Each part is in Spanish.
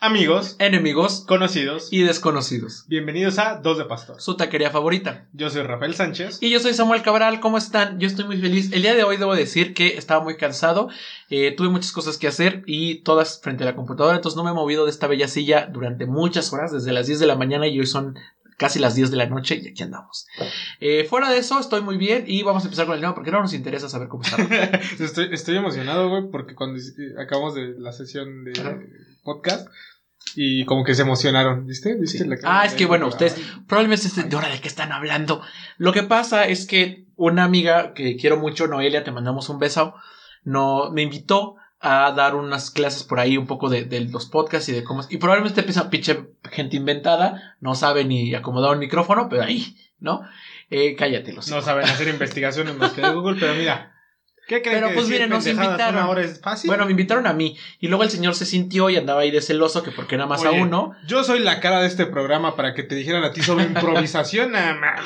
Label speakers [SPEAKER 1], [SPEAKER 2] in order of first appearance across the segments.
[SPEAKER 1] Amigos,
[SPEAKER 2] enemigos
[SPEAKER 1] conocidos,
[SPEAKER 2] y desconocidos.
[SPEAKER 1] bienvenidos a Dos de Pastor.
[SPEAKER 2] Su taquería favorita.
[SPEAKER 1] Yo soy Rafael Sánchez.
[SPEAKER 2] Y yo soy Samuel Cabral, ¿cómo están? Yo estoy muy feliz. El día de hoy debo decir que estaba muy cansado, eh, tuve muchas cosas que hacer y todas frente a la computadora, entonces no me he movido de esta bella silla durante muchas horas, desde las 10 de la mañana y hoy son casi las 10 de la noche y aquí andamos. Eh, fuera de eso, estoy muy bien y vamos a empezar con el tema porque no nos interesa saber cómo está.
[SPEAKER 1] Estoy, estoy emocionado, güey, porque cuando hice- acabamos de la sesión de
[SPEAKER 2] Ajá.
[SPEAKER 1] podcast y como que se emocionaron, ¿viste? ¿Viste
[SPEAKER 2] Sí.
[SPEAKER 1] la cara?
[SPEAKER 2] Ah, es que, bueno, ustedes-
[SPEAKER 1] Ay,
[SPEAKER 2] Probablemente esté de hora de qué están hablando. Lo que pasa es que una amiga que quiero mucho, Noelia, te mandamos un beso, no, me invitó a dar unas clases por ahí un poco de, de los podcasts y de cómo... Y probablemente piensa, pinche gente inventada, no sabe ni acomodar un micrófono, pero ahí, ¿no? Eh, cállate, los...
[SPEAKER 1] No saben hacer investigaciones más que de Google, pero mira. ¿Qué creen
[SPEAKER 2] Pero
[SPEAKER 1] que
[SPEAKER 2] pues
[SPEAKER 1] decir
[SPEAKER 2] miren, nos
[SPEAKER 1] pendejadas
[SPEAKER 2] invitaron.
[SPEAKER 1] una hora es fácil?
[SPEAKER 2] Bueno, me invitaron a mí y luego el señor se sintió y andaba ahí de celoso que porque nada más
[SPEAKER 1] Oye.
[SPEAKER 2] a uno
[SPEAKER 1] yo soy la cara de este programa para que te dijeran a ti sobre improvisación, nada más.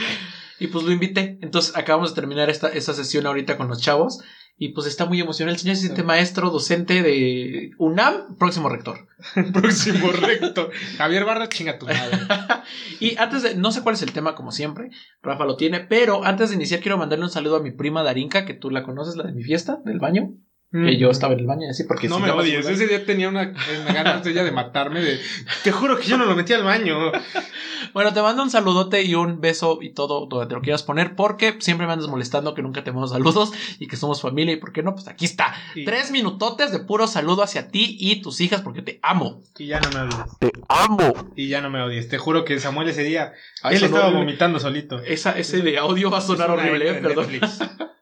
[SPEAKER 2] y pues lo invité. Entonces acabamos de terminar esta, esta sesión ahorita con los chavos y pues está muy emocionado. El señor se siente maestro, docente de UNAM, próximo rector.
[SPEAKER 1] Próximo recto. Javier Barra, chinga tu madre.
[SPEAKER 2] Y antes de, no sé cuál es el tema como siempre, Rafa lo tiene, pero antes de iniciar quiero mandarle un saludo a mi prima Darinka, que tú la conoces, la de mi fiesta, del baño, que yo estaba en el baño y así, porque...
[SPEAKER 1] Mm. no
[SPEAKER 2] si
[SPEAKER 1] me
[SPEAKER 2] vas a
[SPEAKER 1] odies,
[SPEAKER 2] saludar-
[SPEAKER 1] ese día tenía una, una ganas de ella de matarme de te juro que yo no lo metí al baño.
[SPEAKER 2] Bueno, te mando un saludote y un beso y todo donde te lo quieras poner, porque siempre me andas molestando que nunca te mando saludos y que somos familia y por qué no, pues aquí está.
[SPEAKER 1] Y,
[SPEAKER 2] Tres minutotes de puro saludo hacia ti y tus hijas porque te amo.
[SPEAKER 1] y ya no me odies.
[SPEAKER 2] Te amo. Ah,
[SPEAKER 1] Y ya no me odies. Te juro que Samuel ese día él estaba vomitando solito.
[SPEAKER 2] Esa, ese de audio va a sonar
[SPEAKER 1] Es una
[SPEAKER 2] horrible,
[SPEAKER 1] app
[SPEAKER 2] eh,
[SPEAKER 1] de
[SPEAKER 2] perdón.
[SPEAKER 1] Netflix.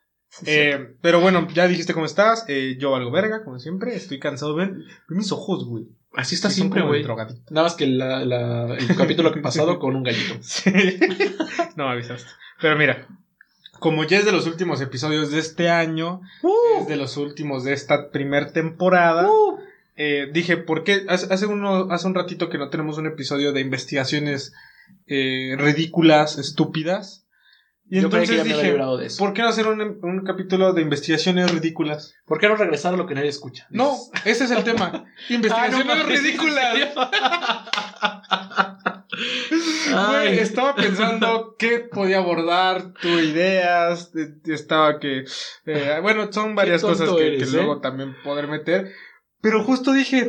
[SPEAKER 1] Eh, pero bueno, ya dijiste cómo estás. Eh, yo valgo verga, como siempre. Estoy cansado. Ven, ven mis ojos, güey.
[SPEAKER 2] Así está
[SPEAKER 1] Sí, son
[SPEAKER 2] siempre,
[SPEAKER 1] como de
[SPEAKER 2] güey.
[SPEAKER 1] drogadicto.
[SPEAKER 2] Nada más que la- la- el capítulo que pasado con un gallito.
[SPEAKER 1] Sí. no me avisaste. Pero mira, como ya es de los últimos episodios de este año, es de los últimos de esta primer temporada.
[SPEAKER 2] Uh,
[SPEAKER 1] Eh, dije, ¿por qué? Hace, hace uno, hace un ratito que no tenemos un episodio de investigaciones eh, ridículas, estúpidas. Y
[SPEAKER 2] yo creí que
[SPEAKER 1] entonces
[SPEAKER 2] ya me había
[SPEAKER 1] dije,
[SPEAKER 2] librado de eso. ¿Por,
[SPEAKER 1] ¿por qué no hacer un, em, un capítulo de investigaciones ridículas?
[SPEAKER 2] qué no regresar a lo que nadie escucha?
[SPEAKER 1] No, ese es el tema. investigaciones
[SPEAKER 2] Ah, no mames, ¿en
[SPEAKER 1] ridículas.
[SPEAKER 2] serio?
[SPEAKER 1] Güey,
[SPEAKER 2] Ay,
[SPEAKER 1] estaba pensando qué podía abordar tu ideas. eh, Estaba que. eh, bueno, son varias
[SPEAKER 2] tonto
[SPEAKER 1] cosas que, que
[SPEAKER 2] eres, ¿eh?
[SPEAKER 1] luego también poder meter. Pero justo dije.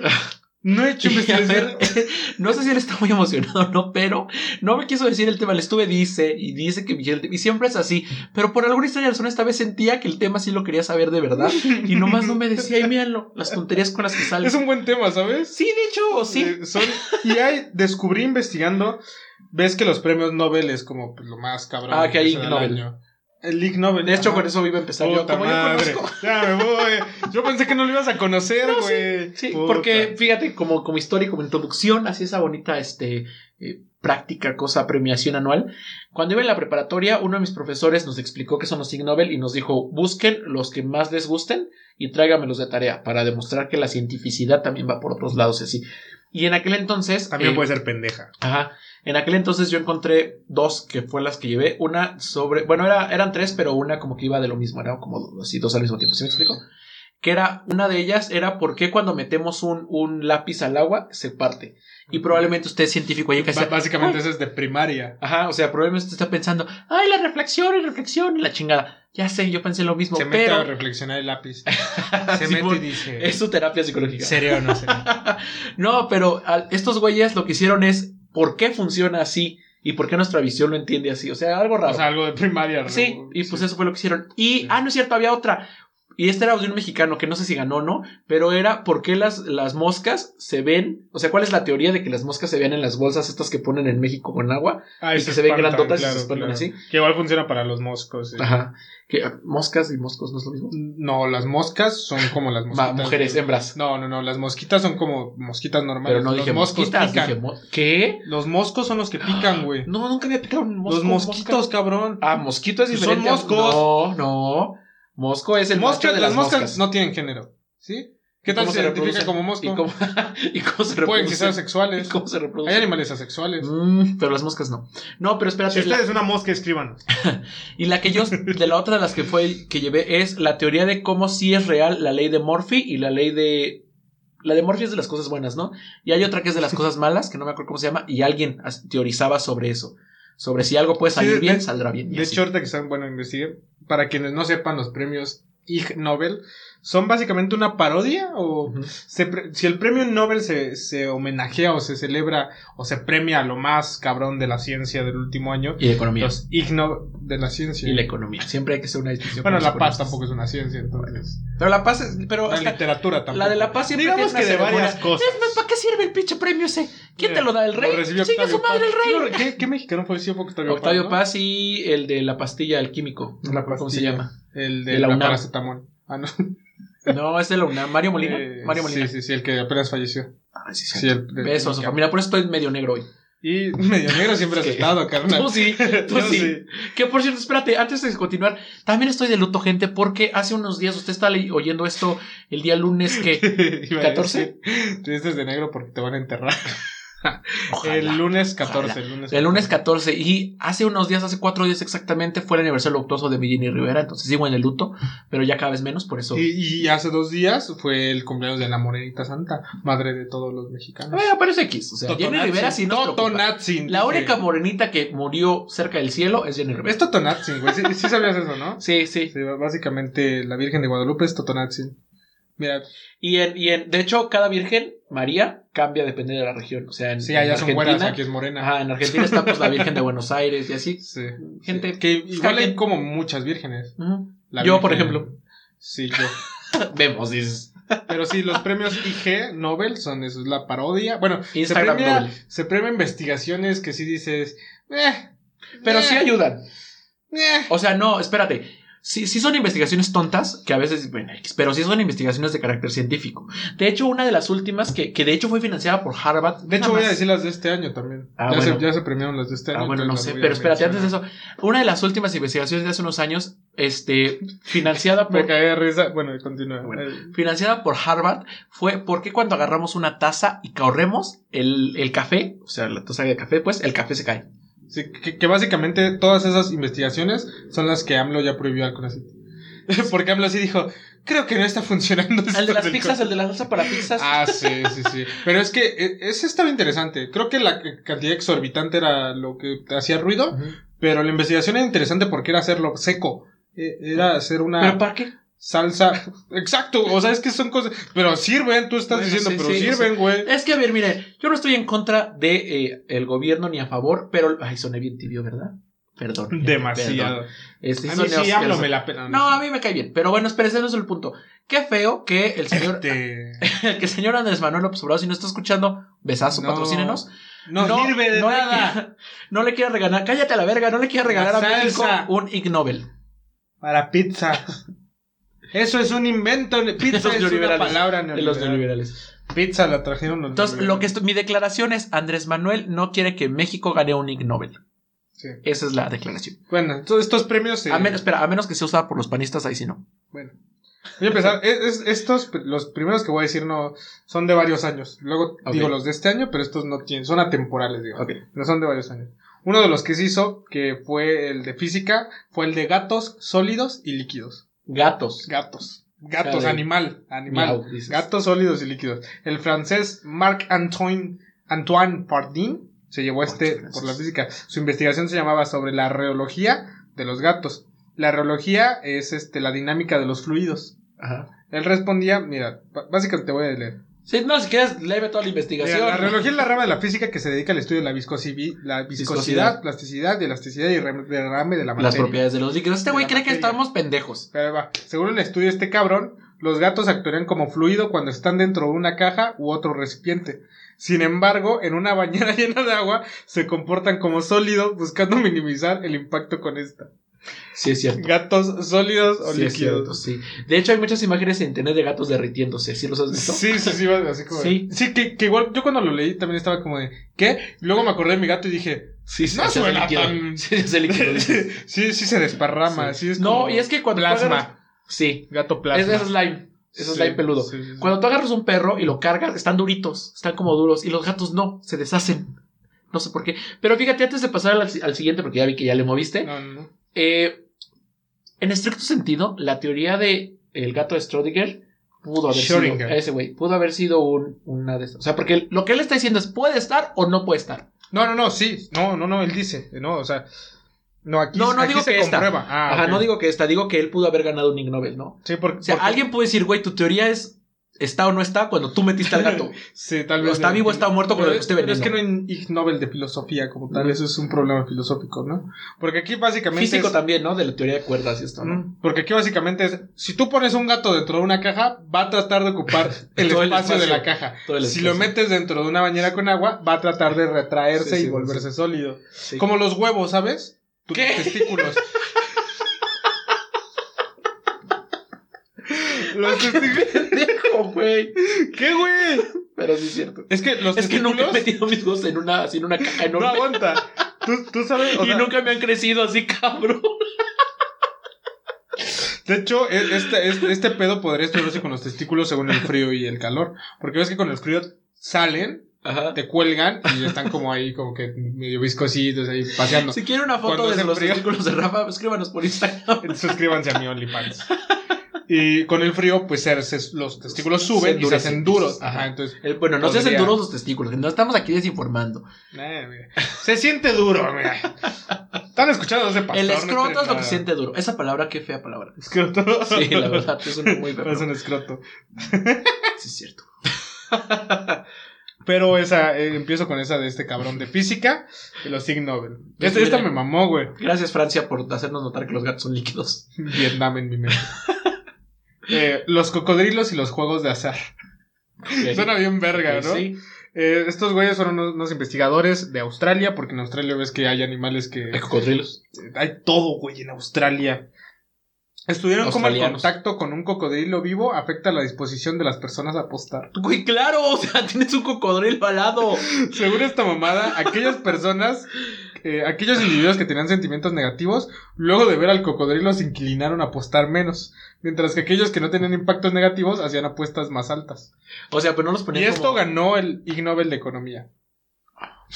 [SPEAKER 1] No he hecho
[SPEAKER 2] Y a
[SPEAKER 1] investigaciones
[SPEAKER 2] ver, no sé si él está muy emocionado o no, pero no me quiso decir el tema. Le estuve, dice, y dice que me dijera el tema, Y siempre es así. Pero por alguna historia de razón, esta vez sentía que el tema sí lo quería saber de verdad. Y nomás no me decía, y mírenlo, las tonterías con las que sale.
[SPEAKER 1] Es un buen tema, ¿sabes?
[SPEAKER 2] Sí, de hecho, sí.
[SPEAKER 1] Eh, son- y hay, descubrí investigando, ves que los premios Nobel es como pues, lo más cabrón.
[SPEAKER 2] Ah, que hay
[SPEAKER 1] se da
[SPEAKER 2] Ig
[SPEAKER 1] al
[SPEAKER 2] Nobel.
[SPEAKER 1] año. El Ig Nobel.
[SPEAKER 2] De hecho,
[SPEAKER 1] ajá.
[SPEAKER 2] con eso iba a empezar yo.
[SPEAKER 1] Puta
[SPEAKER 2] Como yo
[SPEAKER 1] madre,
[SPEAKER 2] conozco.
[SPEAKER 1] Ya me voy. Yo pensé que no lo ibas a conocer,
[SPEAKER 2] No, sí,
[SPEAKER 1] güey.
[SPEAKER 2] Sí,
[SPEAKER 1] Puta.
[SPEAKER 2] porque fíjate, como, como historia y como introducción, así esa bonita este, eh, práctica, cosa, premiación anual. Cuando iba en la preparatoria, uno de mis profesores nos explicó que son los Ig Nobel y nos dijo, busquen los que más les gusten y tráigamelos de tarea para demostrar que la cientificidad también va por otros lados y así. Y en aquel entonces...
[SPEAKER 1] También
[SPEAKER 2] eh,
[SPEAKER 1] puede ser pendeja.
[SPEAKER 2] Ajá. En aquel entonces yo encontré dos que fue las que llevé. Una sobre. Bueno, era, eran tres, pero una como que iba de lo mismo. Era como do- así, dos al mismo tiempo. ¿Sí me explico? Que era. Una de ellas era por qué cuando metemos un, un lápiz al agua se parte. Y probablemente usted es científico y que
[SPEAKER 1] Ba- Básicamente eso es de primaria.
[SPEAKER 2] Ajá, o sea, probablemente usted está pensando, ay, la reflexión, la reflexión, la chingada. Ya sé, yo pensé lo mismo,
[SPEAKER 1] Se mete a eh,
[SPEAKER 2] pero
[SPEAKER 1] reflexionar el lápiz. Se mete y
[SPEAKER 2] Simón,
[SPEAKER 1] dice.
[SPEAKER 2] es su terapia psicológica.
[SPEAKER 1] ¿Serio o no serio?
[SPEAKER 2] No, pero al- estos güeyes lo que hicieron es por qué funciona así y por qué nuestra visión lo entiende así. O sea, algo raro.
[SPEAKER 1] O sea, algo de primaria.
[SPEAKER 2] sí,
[SPEAKER 1] ¿no?
[SPEAKER 2] y pues eso fue lo que hicieron. Y,
[SPEAKER 1] Sí.
[SPEAKER 2] ah, no es cierto, había otra. Y esta era de un mexicano que no sé si ganó o no, pero era por qué las, las moscas se ven. O sea, ¿cuál es la teoría de que las moscas se vean en las bolsas estas que ponen en México con agua?
[SPEAKER 1] Ah,
[SPEAKER 2] y
[SPEAKER 1] se
[SPEAKER 2] que se ven
[SPEAKER 1] espantan,
[SPEAKER 2] grandotas y se
[SPEAKER 1] claro,
[SPEAKER 2] espantan
[SPEAKER 1] claro.
[SPEAKER 2] así.
[SPEAKER 1] Que igual funciona para los moscos. sí.
[SPEAKER 2] Ajá. Que, ah, moscas y moscos no es lo mismo.
[SPEAKER 1] No, las moscas son como las
[SPEAKER 2] Ma-
[SPEAKER 1] mosquitas.
[SPEAKER 2] mujeres, hembras.
[SPEAKER 1] No, no, no, las mosquitas son como mosquitas normales.
[SPEAKER 2] pero no
[SPEAKER 1] los
[SPEAKER 2] dije
[SPEAKER 1] moscos
[SPEAKER 2] mosquitas.
[SPEAKER 1] pican.
[SPEAKER 2] Dije, mo- ¿Qué?
[SPEAKER 1] Los moscos son los que pican, güey.
[SPEAKER 2] No, nunca había picado un mosco.
[SPEAKER 1] los mosquitos,
[SPEAKER 2] mosca.
[SPEAKER 1] cabrón.
[SPEAKER 2] Ah, mosquito es
[SPEAKER 1] Son
[SPEAKER 2] diferente. a-
[SPEAKER 1] moscos.
[SPEAKER 2] No, no. Mosco es el
[SPEAKER 1] Moscas-
[SPEAKER 2] macho
[SPEAKER 1] las
[SPEAKER 2] de las
[SPEAKER 1] moscas,
[SPEAKER 2] moscas.
[SPEAKER 1] no tienen género, ¿sí? ¿Qué tal
[SPEAKER 2] ¿Cómo
[SPEAKER 1] si se identifica
[SPEAKER 2] reproducen?
[SPEAKER 1] como mosco?
[SPEAKER 2] ¿Y cómo, y cómo se
[SPEAKER 1] Pueden que sean
[SPEAKER 2] reproducen? ¿Y
[SPEAKER 1] sexuales.
[SPEAKER 2] cómo se reproducen?
[SPEAKER 1] Hay animales asexuales.
[SPEAKER 2] Mm, pero las moscas no. No, pero espérate. la-
[SPEAKER 1] Pues, Este es una mosca, escriban.
[SPEAKER 2] y la que yo, de la otra de las que fue que llevé es la teoría de cómo sí es real la ley de Murphy y la ley de la de Morpheus es de las cosas buenas, ¿no? Y hay otra que es de las cosas malas, que no me acuerdo cómo se llama, y alguien as- teorizaba sobre eso. Sobre si algo puede salir
[SPEAKER 1] de-
[SPEAKER 2] bien,
[SPEAKER 1] de-
[SPEAKER 2] saldrá bien. y
[SPEAKER 1] De
[SPEAKER 2] así.
[SPEAKER 1] hecho, ahorita que están, bueno, investigué, para quienes no sepan, los premios Ig Nobel son básicamente una parodia o
[SPEAKER 2] Ujú.
[SPEAKER 1] se pre- si el premio Nobel se, se homenajea o se celebra o se premia a lo más cabrón de la ciencia del último año,
[SPEAKER 2] Y de economía.
[SPEAKER 1] los Ig Nobel de la ciencia.
[SPEAKER 2] Y la economía. Siempre hay que ser una distinción.
[SPEAKER 1] bueno,
[SPEAKER 2] con
[SPEAKER 1] la
[SPEAKER 2] los
[SPEAKER 1] paz
[SPEAKER 2] economistas.
[SPEAKER 1] tampoco es una ciencia, entonces.
[SPEAKER 2] Pero la paz es. Pero
[SPEAKER 1] La
[SPEAKER 2] hasta-
[SPEAKER 1] literatura tampoco.
[SPEAKER 2] la de la paz siempre
[SPEAKER 1] Digamos
[SPEAKER 2] tiene
[SPEAKER 1] que
[SPEAKER 2] una
[SPEAKER 1] de varias
[SPEAKER 2] ceremonia.
[SPEAKER 1] cosas.
[SPEAKER 2] Es más, ¿Para qué sirve el pinche premio ese? ¿Quién te lo da el
[SPEAKER 1] Lo
[SPEAKER 2] rey?
[SPEAKER 1] recibió
[SPEAKER 2] Chinga su
[SPEAKER 1] Octavio
[SPEAKER 2] madad el
[SPEAKER 1] Paz.
[SPEAKER 2] rey.
[SPEAKER 1] Yo- ¿Qué, qué mexicano fue? Sí, fue Octavio,
[SPEAKER 2] Octavio
[SPEAKER 1] ¿no?
[SPEAKER 2] Paz y el de la pastilla alquímico. No me
[SPEAKER 1] La
[SPEAKER 2] acuerdo ¿Cómo se
[SPEAKER 1] pastilla.
[SPEAKER 2] llama?
[SPEAKER 1] El de,
[SPEAKER 2] De la
[SPEAKER 1] la,
[SPEAKER 2] UNAM.
[SPEAKER 1] paracetamol. Ah, no.
[SPEAKER 2] No, es de la UNAM. Mario Molina.
[SPEAKER 1] Eh,
[SPEAKER 2] Mario Molina.
[SPEAKER 1] Sí, sí, sí, el que apenas falleció.
[SPEAKER 2] Ay, sí,
[SPEAKER 1] Sí, el, el-
[SPEAKER 2] Beso a su familia. Por eso estoy medio negro hoy.
[SPEAKER 1] Y medio negro siempre has
[SPEAKER 2] Sí.
[SPEAKER 1] estado, carnal.
[SPEAKER 2] Tú sí, tú
[SPEAKER 1] Yo
[SPEAKER 2] sí. Que por cierto, espérate, antes de continuar, también estoy de luto, gente, porque hace unos días usted está le- oyendo esto el día lunes que.
[SPEAKER 1] Iba a
[SPEAKER 2] 14?
[SPEAKER 1] decir, Tú dices de negro porque te van a enterrar.
[SPEAKER 2] Ojalá.
[SPEAKER 1] el lunes 14.
[SPEAKER 2] ojalá.
[SPEAKER 1] El lunes,
[SPEAKER 2] El lunes 14 y hace unos días, hace cuatro días exactamente, fue el aniversario luctuoso de mi Jenny Rivera, entonces sigo en el luto, pero ya cada vez menos, por eso...
[SPEAKER 1] Y, y hace dos días fue el cumpleaños de la Morenita Santa, madre de todos los mexicanos.
[SPEAKER 2] Bueno, pero es Eh, X, o sea, Jenny
[SPEAKER 1] Totonatzin,
[SPEAKER 2] Rivera sí nos preocupa.
[SPEAKER 1] Totonatzin.
[SPEAKER 2] La
[SPEAKER 1] dije.
[SPEAKER 2] única morenita que murió cerca del cielo es Jenny Rivera.
[SPEAKER 1] Es Totonatzin, güey. Sí, sí sabías eso, ¿no?
[SPEAKER 2] Sí, sí.
[SPEAKER 1] Sí, básicamente la Virgen de Guadalupe es Totonatzin. Mira,
[SPEAKER 2] Y en, y en, de hecho, cada virgen, María, cambia dependiendo de la región. O sea, en,
[SPEAKER 1] sí,
[SPEAKER 2] en
[SPEAKER 1] allá son
[SPEAKER 2] Argentina,
[SPEAKER 1] buenas, aquí es morena.
[SPEAKER 2] ajá, en Argentina está pues la Virgen de Buenos Aires y así.
[SPEAKER 1] Sí.
[SPEAKER 2] Gente,
[SPEAKER 1] Que
[SPEAKER 2] pues,
[SPEAKER 1] igual
[SPEAKER 2] cada
[SPEAKER 1] hay
[SPEAKER 2] quien-
[SPEAKER 1] como muchas vírgenes.
[SPEAKER 2] Ujú.
[SPEAKER 1] La
[SPEAKER 2] Yo, por
[SPEAKER 1] Virgen-
[SPEAKER 2] ejemplo.
[SPEAKER 1] Sí, yo.
[SPEAKER 2] Vemos, dices.
[SPEAKER 1] Pero sí, los premios IG Nobel son eso, es la parodia. Bueno, se
[SPEAKER 2] Instagram
[SPEAKER 1] premia,
[SPEAKER 2] Nobel.
[SPEAKER 1] se premia investigaciones que sí dices. Eh,
[SPEAKER 2] Pero
[SPEAKER 1] eh,
[SPEAKER 2] sí ayudan.
[SPEAKER 1] eh.
[SPEAKER 2] O sea, no, espérate. Sí, sí son investigaciones tontas, que a veces, bueno, X, pero sí son investigaciones de carácter científico. De hecho, una de las últimas que, que de hecho fue financiada por Harvard.
[SPEAKER 1] De hecho,
[SPEAKER 2] nada
[SPEAKER 1] voy a
[SPEAKER 2] más.
[SPEAKER 1] decir las de este año también.
[SPEAKER 2] Ah,
[SPEAKER 1] ya,
[SPEAKER 2] bueno.
[SPEAKER 1] se, ya se premiaron las de este año.
[SPEAKER 2] Ah, bueno, no
[SPEAKER 1] entonces
[SPEAKER 2] sé,
[SPEAKER 1] las voy a
[SPEAKER 2] pero espérate, antes de
[SPEAKER 1] mencionar.
[SPEAKER 2] eso, una de las últimas investigaciones de hace unos años, este, financiada
[SPEAKER 1] Me
[SPEAKER 2] por,
[SPEAKER 1] cagué de risa. Bueno, y continúa.
[SPEAKER 2] Bueno.
[SPEAKER 1] Eh,
[SPEAKER 2] financiada por Harvard, fue por qué cuando agarramos una taza y corremos el, el café, o sea, la taza de café, pues, el café se cae.
[SPEAKER 1] sí, que, que básicamente todas esas investigaciones son las que AMLO ya prohibió al CONACYT. Porque AMLO sí dijo, creo que no está funcionando. esto
[SPEAKER 2] El de las
[SPEAKER 1] del
[SPEAKER 2] pizzas, el de la salsa para pizzas.
[SPEAKER 1] Ah, sí, sí, sí. Pero es que eh, ese estaba interesante. Creo que la c- cantidad exorbitante era lo que hacía ruido,
[SPEAKER 2] Ujú.
[SPEAKER 1] pero la investigación era interesante porque era hacerlo seco. Eh, Era hacer una
[SPEAKER 2] ¿Pero para qué?
[SPEAKER 1] salsa. Exacto, o sea, es que son cosas. Pero sirven, tú estás
[SPEAKER 2] Bueno,
[SPEAKER 1] diciendo,
[SPEAKER 2] sí,
[SPEAKER 1] pero
[SPEAKER 2] sí,
[SPEAKER 1] sirven, güey.
[SPEAKER 2] Es que, a ver, mire, yo no estoy en contra de eh, el gobierno ni a favor, pero... Ay, soné bien tibio, ¿verdad? Perdón. gente, perdón.
[SPEAKER 1] Demasiado.
[SPEAKER 2] Este,
[SPEAKER 1] A mí
[SPEAKER 2] soné
[SPEAKER 1] sí,
[SPEAKER 2] asqueroso.
[SPEAKER 1] hablo, me la pena.
[SPEAKER 2] No, a mí me cae bien, pero bueno, espérese, no es el punto. Qué feo que el señor...
[SPEAKER 1] Este,
[SPEAKER 2] que el señor Andrés Manuel López Obrador, si no está escuchando, besazo,
[SPEAKER 1] No,
[SPEAKER 2] patrocínenos.
[SPEAKER 1] No, sirve de
[SPEAKER 2] no le
[SPEAKER 1] nada.
[SPEAKER 2] quiera- no le quiera regalar, cállate a la verga, no le quiera regalar
[SPEAKER 1] La
[SPEAKER 2] a México
[SPEAKER 1] salsa.
[SPEAKER 2] un Ig Nobel.
[SPEAKER 1] Para pizza. Eso es un invento. Pizza
[SPEAKER 2] los
[SPEAKER 1] es una
[SPEAKER 2] neoliberales,
[SPEAKER 1] palabra
[SPEAKER 2] De los
[SPEAKER 1] neoliberal.
[SPEAKER 2] neoliberales.
[SPEAKER 1] Pizza la trajeron los
[SPEAKER 2] Entonces, lo
[SPEAKER 1] neoliberales.
[SPEAKER 2] que esto- mi declaración es: Andrés Manuel no quiere que México gane un Ig Nobel.
[SPEAKER 1] Sí.
[SPEAKER 2] Esa es la declaración.
[SPEAKER 1] Bueno, todos estos premios. eh,
[SPEAKER 2] A menos, espera, a menos que sea usada por los panistas, ahí sí no.
[SPEAKER 1] Bueno, voy a empezar. Es- es- estos, pr- los primeros que voy a decir, no son de varios años. Luego
[SPEAKER 2] Ok.
[SPEAKER 1] digo los de este año, pero estos no tienen, son atemporales, digo.
[SPEAKER 2] Ok.
[SPEAKER 1] No son de varios años. Uno de los que se hizo, que fue el de física, fue el de gatos sólidos y líquidos.
[SPEAKER 2] Gatos.
[SPEAKER 1] Gatos. Gatos,
[SPEAKER 2] Jale.
[SPEAKER 1] animal, animal.
[SPEAKER 2] Miau, dices.
[SPEAKER 1] Gatos sólidos y líquidos. El francés Marc-Antoine Antoine Pardin se llevó este
[SPEAKER 2] Muchas
[SPEAKER 1] por la
[SPEAKER 2] gracias.
[SPEAKER 1] física. Su investigación se llamaba sobre la reología de los gatos. La reología es este, la dinámica de los fluidos.
[SPEAKER 2] Ajá.
[SPEAKER 1] Él respondía, mira, b- básicamente te voy a leer.
[SPEAKER 2] Sí, no, si quieres, leve toda la investigación.
[SPEAKER 1] Mira, la reología es la rama de la física que se dedica al estudio de la, viscosi- la viscosidad,
[SPEAKER 2] Viscosidad.
[SPEAKER 1] plasticidad y elasticidad y re- derrame de la materia.
[SPEAKER 2] Las propiedades de los líquidos. Este
[SPEAKER 1] De
[SPEAKER 2] güey
[SPEAKER 1] la
[SPEAKER 2] cree que
[SPEAKER 1] materia.
[SPEAKER 2] estamos pendejos.
[SPEAKER 1] Pero ahí va. Según el estudio de este cabrón, los gatos actuarían como fluido cuando están dentro de una caja u otro recipiente. Sin embargo, en una bañera llena de agua, se comportan como sólido, buscando minimizar el impacto con esta.
[SPEAKER 2] Sí, es cierto.
[SPEAKER 1] Gatos sólidos o
[SPEAKER 2] Sí, es cierto,
[SPEAKER 1] líquidos.
[SPEAKER 2] sí. De hecho, hay muchas imágenes en internet de gatos derritiéndose. ¿Sí los has visto?
[SPEAKER 1] Sí, sí, sí, va así como.
[SPEAKER 2] Sí.
[SPEAKER 1] Sí, que, que igual yo cuando lo leí también estaba como de, ¿qué? Luego me acordé de mi gato y dije,
[SPEAKER 2] Sí, sí,
[SPEAKER 1] No
[SPEAKER 2] se hace
[SPEAKER 1] suena
[SPEAKER 2] líquido.
[SPEAKER 1] tan-
[SPEAKER 2] Sí, se hace líquido. dices.
[SPEAKER 1] sí, sí se desparrama, sí, es
[SPEAKER 2] No,
[SPEAKER 1] como
[SPEAKER 2] y es que cuando tú agarras-
[SPEAKER 1] Plasma,
[SPEAKER 2] Sí.
[SPEAKER 1] gato plasma.
[SPEAKER 2] Es, es slime. Es
[SPEAKER 1] Sí,
[SPEAKER 2] slime peludo.
[SPEAKER 1] sí, sí, sí.
[SPEAKER 2] Cuando tú agarras un perro y lo cargas, están duritos, están como duros, y los gatos no, se deshacen. No sé por qué. Pero fíjate, antes de pasar al, al siguiente, porque ya vi que ya le moviste,
[SPEAKER 1] No, no, no.
[SPEAKER 2] eh, en estricto sentido, la teoría de el gato de Schrödinger pudo haber
[SPEAKER 1] Schrödinger.
[SPEAKER 2] sido ese güey, pudo haber sido un, una de estas. O sea, porque lo que él está diciendo es puede estar o no puede estar.
[SPEAKER 1] No, no, no, sí. No, no, no, él dice. No, o sea. No, aquí,
[SPEAKER 2] No, no
[SPEAKER 1] aquí
[SPEAKER 2] digo
[SPEAKER 1] se
[SPEAKER 2] que esta.
[SPEAKER 1] comprueba. Ah,
[SPEAKER 2] Ajá,
[SPEAKER 1] ok.
[SPEAKER 2] no digo que esta, digo que él pudo haber ganado un Ig Nobel, ¿no?
[SPEAKER 1] Sí, porque.
[SPEAKER 2] O sea,
[SPEAKER 1] porque-
[SPEAKER 2] alguien puede decir, güey, tu teoría es está o no está cuando tú metiste al gato.
[SPEAKER 1] Sí, tal
[SPEAKER 2] o
[SPEAKER 1] vez.
[SPEAKER 2] está vivo, está muerto,
[SPEAKER 1] Pero,
[SPEAKER 2] cuando lo esté
[SPEAKER 1] pero es que
[SPEAKER 2] vendiendo.
[SPEAKER 1] no hay Ig Nobel de filosofía como tal.
[SPEAKER 2] Mm.
[SPEAKER 1] Eso es un problema filosófico, ¿no? Porque aquí básicamente.
[SPEAKER 2] Físico
[SPEAKER 1] es-
[SPEAKER 2] también, ¿no? De la teoría de cuerdas y esto, ¿no?
[SPEAKER 1] Mm, Porque aquí básicamente es, si tú pones un gato dentro de una caja, va a tratar de ocupar el, espacio,
[SPEAKER 2] Todo el
[SPEAKER 1] de
[SPEAKER 2] espacio.
[SPEAKER 1] la caja.
[SPEAKER 2] Todo el
[SPEAKER 1] Si lo
[SPEAKER 2] espacio.
[SPEAKER 1] metes dentro de una bañera con agua, va a tratar de retraerse
[SPEAKER 2] Sí, sí,
[SPEAKER 1] y volverse sólido.
[SPEAKER 2] Sí.
[SPEAKER 1] Como los huevos, ¿sabes? Tus
[SPEAKER 2] ¿Qué?
[SPEAKER 1] testículos. los testículos.
[SPEAKER 2] pendejo, güey.
[SPEAKER 1] ¿Qué, güey?
[SPEAKER 2] Pero sí es cierto.
[SPEAKER 1] Es que los
[SPEAKER 2] Es que
[SPEAKER 1] testículos.
[SPEAKER 2] nunca he metido mis huevos en una, así en una caja
[SPEAKER 1] no
[SPEAKER 2] enorme.
[SPEAKER 1] aguanta. Tú, tú sabes. o
[SPEAKER 2] y
[SPEAKER 1] sea,
[SPEAKER 2] nunca me han crecido así, cabrón.
[SPEAKER 1] De hecho, e- este, este, este pedo podría estudiarse con los testículos según el frío y el calor. Porque ves que con el frío salen
[SPEAKER 2] Ajá.
[SPEAKER 1] te cuelgan y están como ahí, como que medio viscositos ahí paseando.
[SPEAKER 2] Si quieren una foto
[SPEAKER 1] Cuando
[SPEAKER 2] de
[SPEAKER 1] hace
[SPEAKER 2] los
[SPEAKER 1] frío.
[SPEAKER 2] testículos de Rafa, escríbanos por Instagram.
[SPEAKER 1] Suscríbanse a mi OnlyFans. Y con el frío, pues se- se- los testículos suben
[SPEAKER 2] Se
[SPEAKER 1] y se hacen
[SPEAKER 2] endurecen.
[SPEAKER 1] duros.
[SPEAKER 2] Ajá.
[SPEAKER 1] Ajá, entonces.
[SPEAKER 2] El- bueno, no se hacen
[SPEAKER 1] Podría.
[SPEAKER 2] duros los testículos. No estamos aquí desinformando.
[SPEAKER 1] eh, mira, Se siente duro, mira. Están escuchando los de pastor.
[SPEAKER 2] el
[SPEAKER 1] no
[SPEAKER 2] escroto
[SPEAKER 1] creen
[SPEAKER 2] es lo que
[SPEAKER 1] nada.
[SPEAKER 2] se siente duro. Esa palabra, qué fea palabra.
[SPEAKER 1] Escroto.
[SPEAKER 2] Sí, la verdad, es una muy fea.
[SPEAKER 1] Es un escroto.
[SPEAKER 2] Sí, es cierto.
[SPEAKER 1] Pero esa, eh, empiezo con esa de este cabrón de física, de los Ig Nobel.
[SPEAKER 2] Pues
[SPEAKER 1] Esta, esta
[SPEAKER 2] mira.
[SPEAKER 1] me mamó, güey.
[SPEAKER 2] Gracias, Francia, por hacernos notar que los gatos son líquidos.
[SPEAKER 1] Vietnam en mi mente. Eh, los cocodrilos y los juegos de azar. Suena bien verga, ¿no?
[SPEAKER 2] Sí.
[SPEAKER 1] Eh, estos güeyes fueron unos, unos investigadores de Australia, porque en Australia ves que hay animales que...
[SPEAKER 2] Hay cocodrilos.
[SPEAKER 1] Hay todo, güey, en Australia. Estuvieron como el
[SPEAKER 2] Australianos.
[SPEAKER 1] contacto con un cocodrilo vivo afecta la disposición de las personas a apostar.
[SPEAKER 2] Güey, claro, o sea, tienes un cocodrilo al lado.
[SPEAKER 1] Según esta mamada, aquellas personas, eh, aquellos individuos que tenían sentimientos negativos, luego de ver al cocodrilo se inclinaron a apostar menos, mientras que aquellos que no tenían impactos negativos hacían apuestas más altas.
[SPEAKER 2] O sea, pero no los
[SPEAKER 1] Y
[SPEAKER 2] ponían
[SPEAKER 1] esto
[SPEAKER 2] como-
[SPEAKER 1] ganó el Ig Nobel de Economía.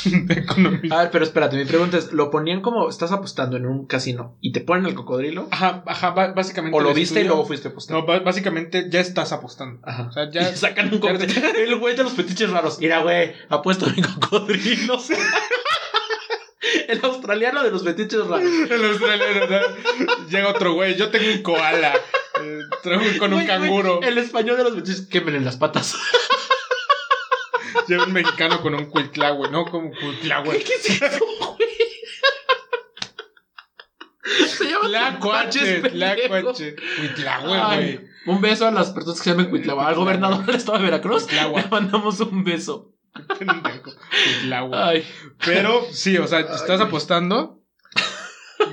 [SPEAKER 1] de Economía.
[SPEAKER 2] A ver, pero espérate, mi pregunta es, ¿lo ponían como estás apostando en un casino y te ponen el cocodrilo?
[SPEAKER 1] Ajá, ajá, ba- básicamente.
[SPEAKER 2] ¿O lo
[SPEAKER 1] Ah, el
[SPEAKER 2] viste y
[SPEAKER 1] estudio-
[SPEAKER 2] luego fuiste a apostar?
[SPEAKER 1] No, ba- básicamente ya estás apostando.
[SPEAKER 2] Ajá.
[SPEAKER 1] O sea,
[SPEAKER 2] Ya,
[SPEAKER 1] ya.
[SPEAKER 2] sacan un cocodrilo. El güey de los fetiches raros. Mira, güey, apuesto en cocodrilos. El australiano de los fetiches raros.
[SPEAKER 1] el australiano, ¿no? Llega otro güey. Yo tengo un koala. eh, traigo un- con un
[SPEAKER 2] Güey, güey,
[SPEAKER 1] canguro.
[SPEAKER 2] el español de los fetiches. Quémele las patas.
[SPEAKER 1] Llega un mexicano con un cuitlahue. No, como
[SPEAKER 2] Güey,
[SPEAKER 1] cuitlahue.
[SPEAKER 2] ¿qué es eso, güey? Se llama
[SPEAKER 1] La
[SPEAKER 2] tlacuaches,
[SPEAKER 1] cuache, la
[SPEAKER 2] pendejo.
[SPEAKER 1] cuache. Cuitlahue,
[SPEAKER 2] Ay,
[SPEAKER 1] güey.
[SPEAKER 2] Un beso a las personas que se llaman Cuitlahua. Al gobernador del estado de Veracruz.
[SPEAKER 1] Cuitlahua.
[SPEAKER 2] Le mandamos un beso.
[SPEAKER 1] Pendejo. Cuitlahue.
[SPEAKER 2] Ay.
[SPEAKER 1] Pero sí, o sea,
[SPEAKER 2] Ay,
[SPEAKER 1] estás
[SPEAKER 2] güey.
[SPEAKER 1] apostando.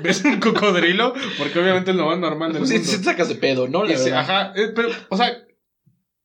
[SPEAKER 1] Ves un cocodrilo, porque obviamente es lo más normal del
[SPEAKER 2] Pues sí,
[SPEAKER 1] mundo.
[SPEAKER 2] sí te sacas de pedo, ¿no? La
[SPEAKER 1] Y sí,
[SPEAKER 2] verdad.
[SPEAKER 1] ajá, eh, pero, o sea,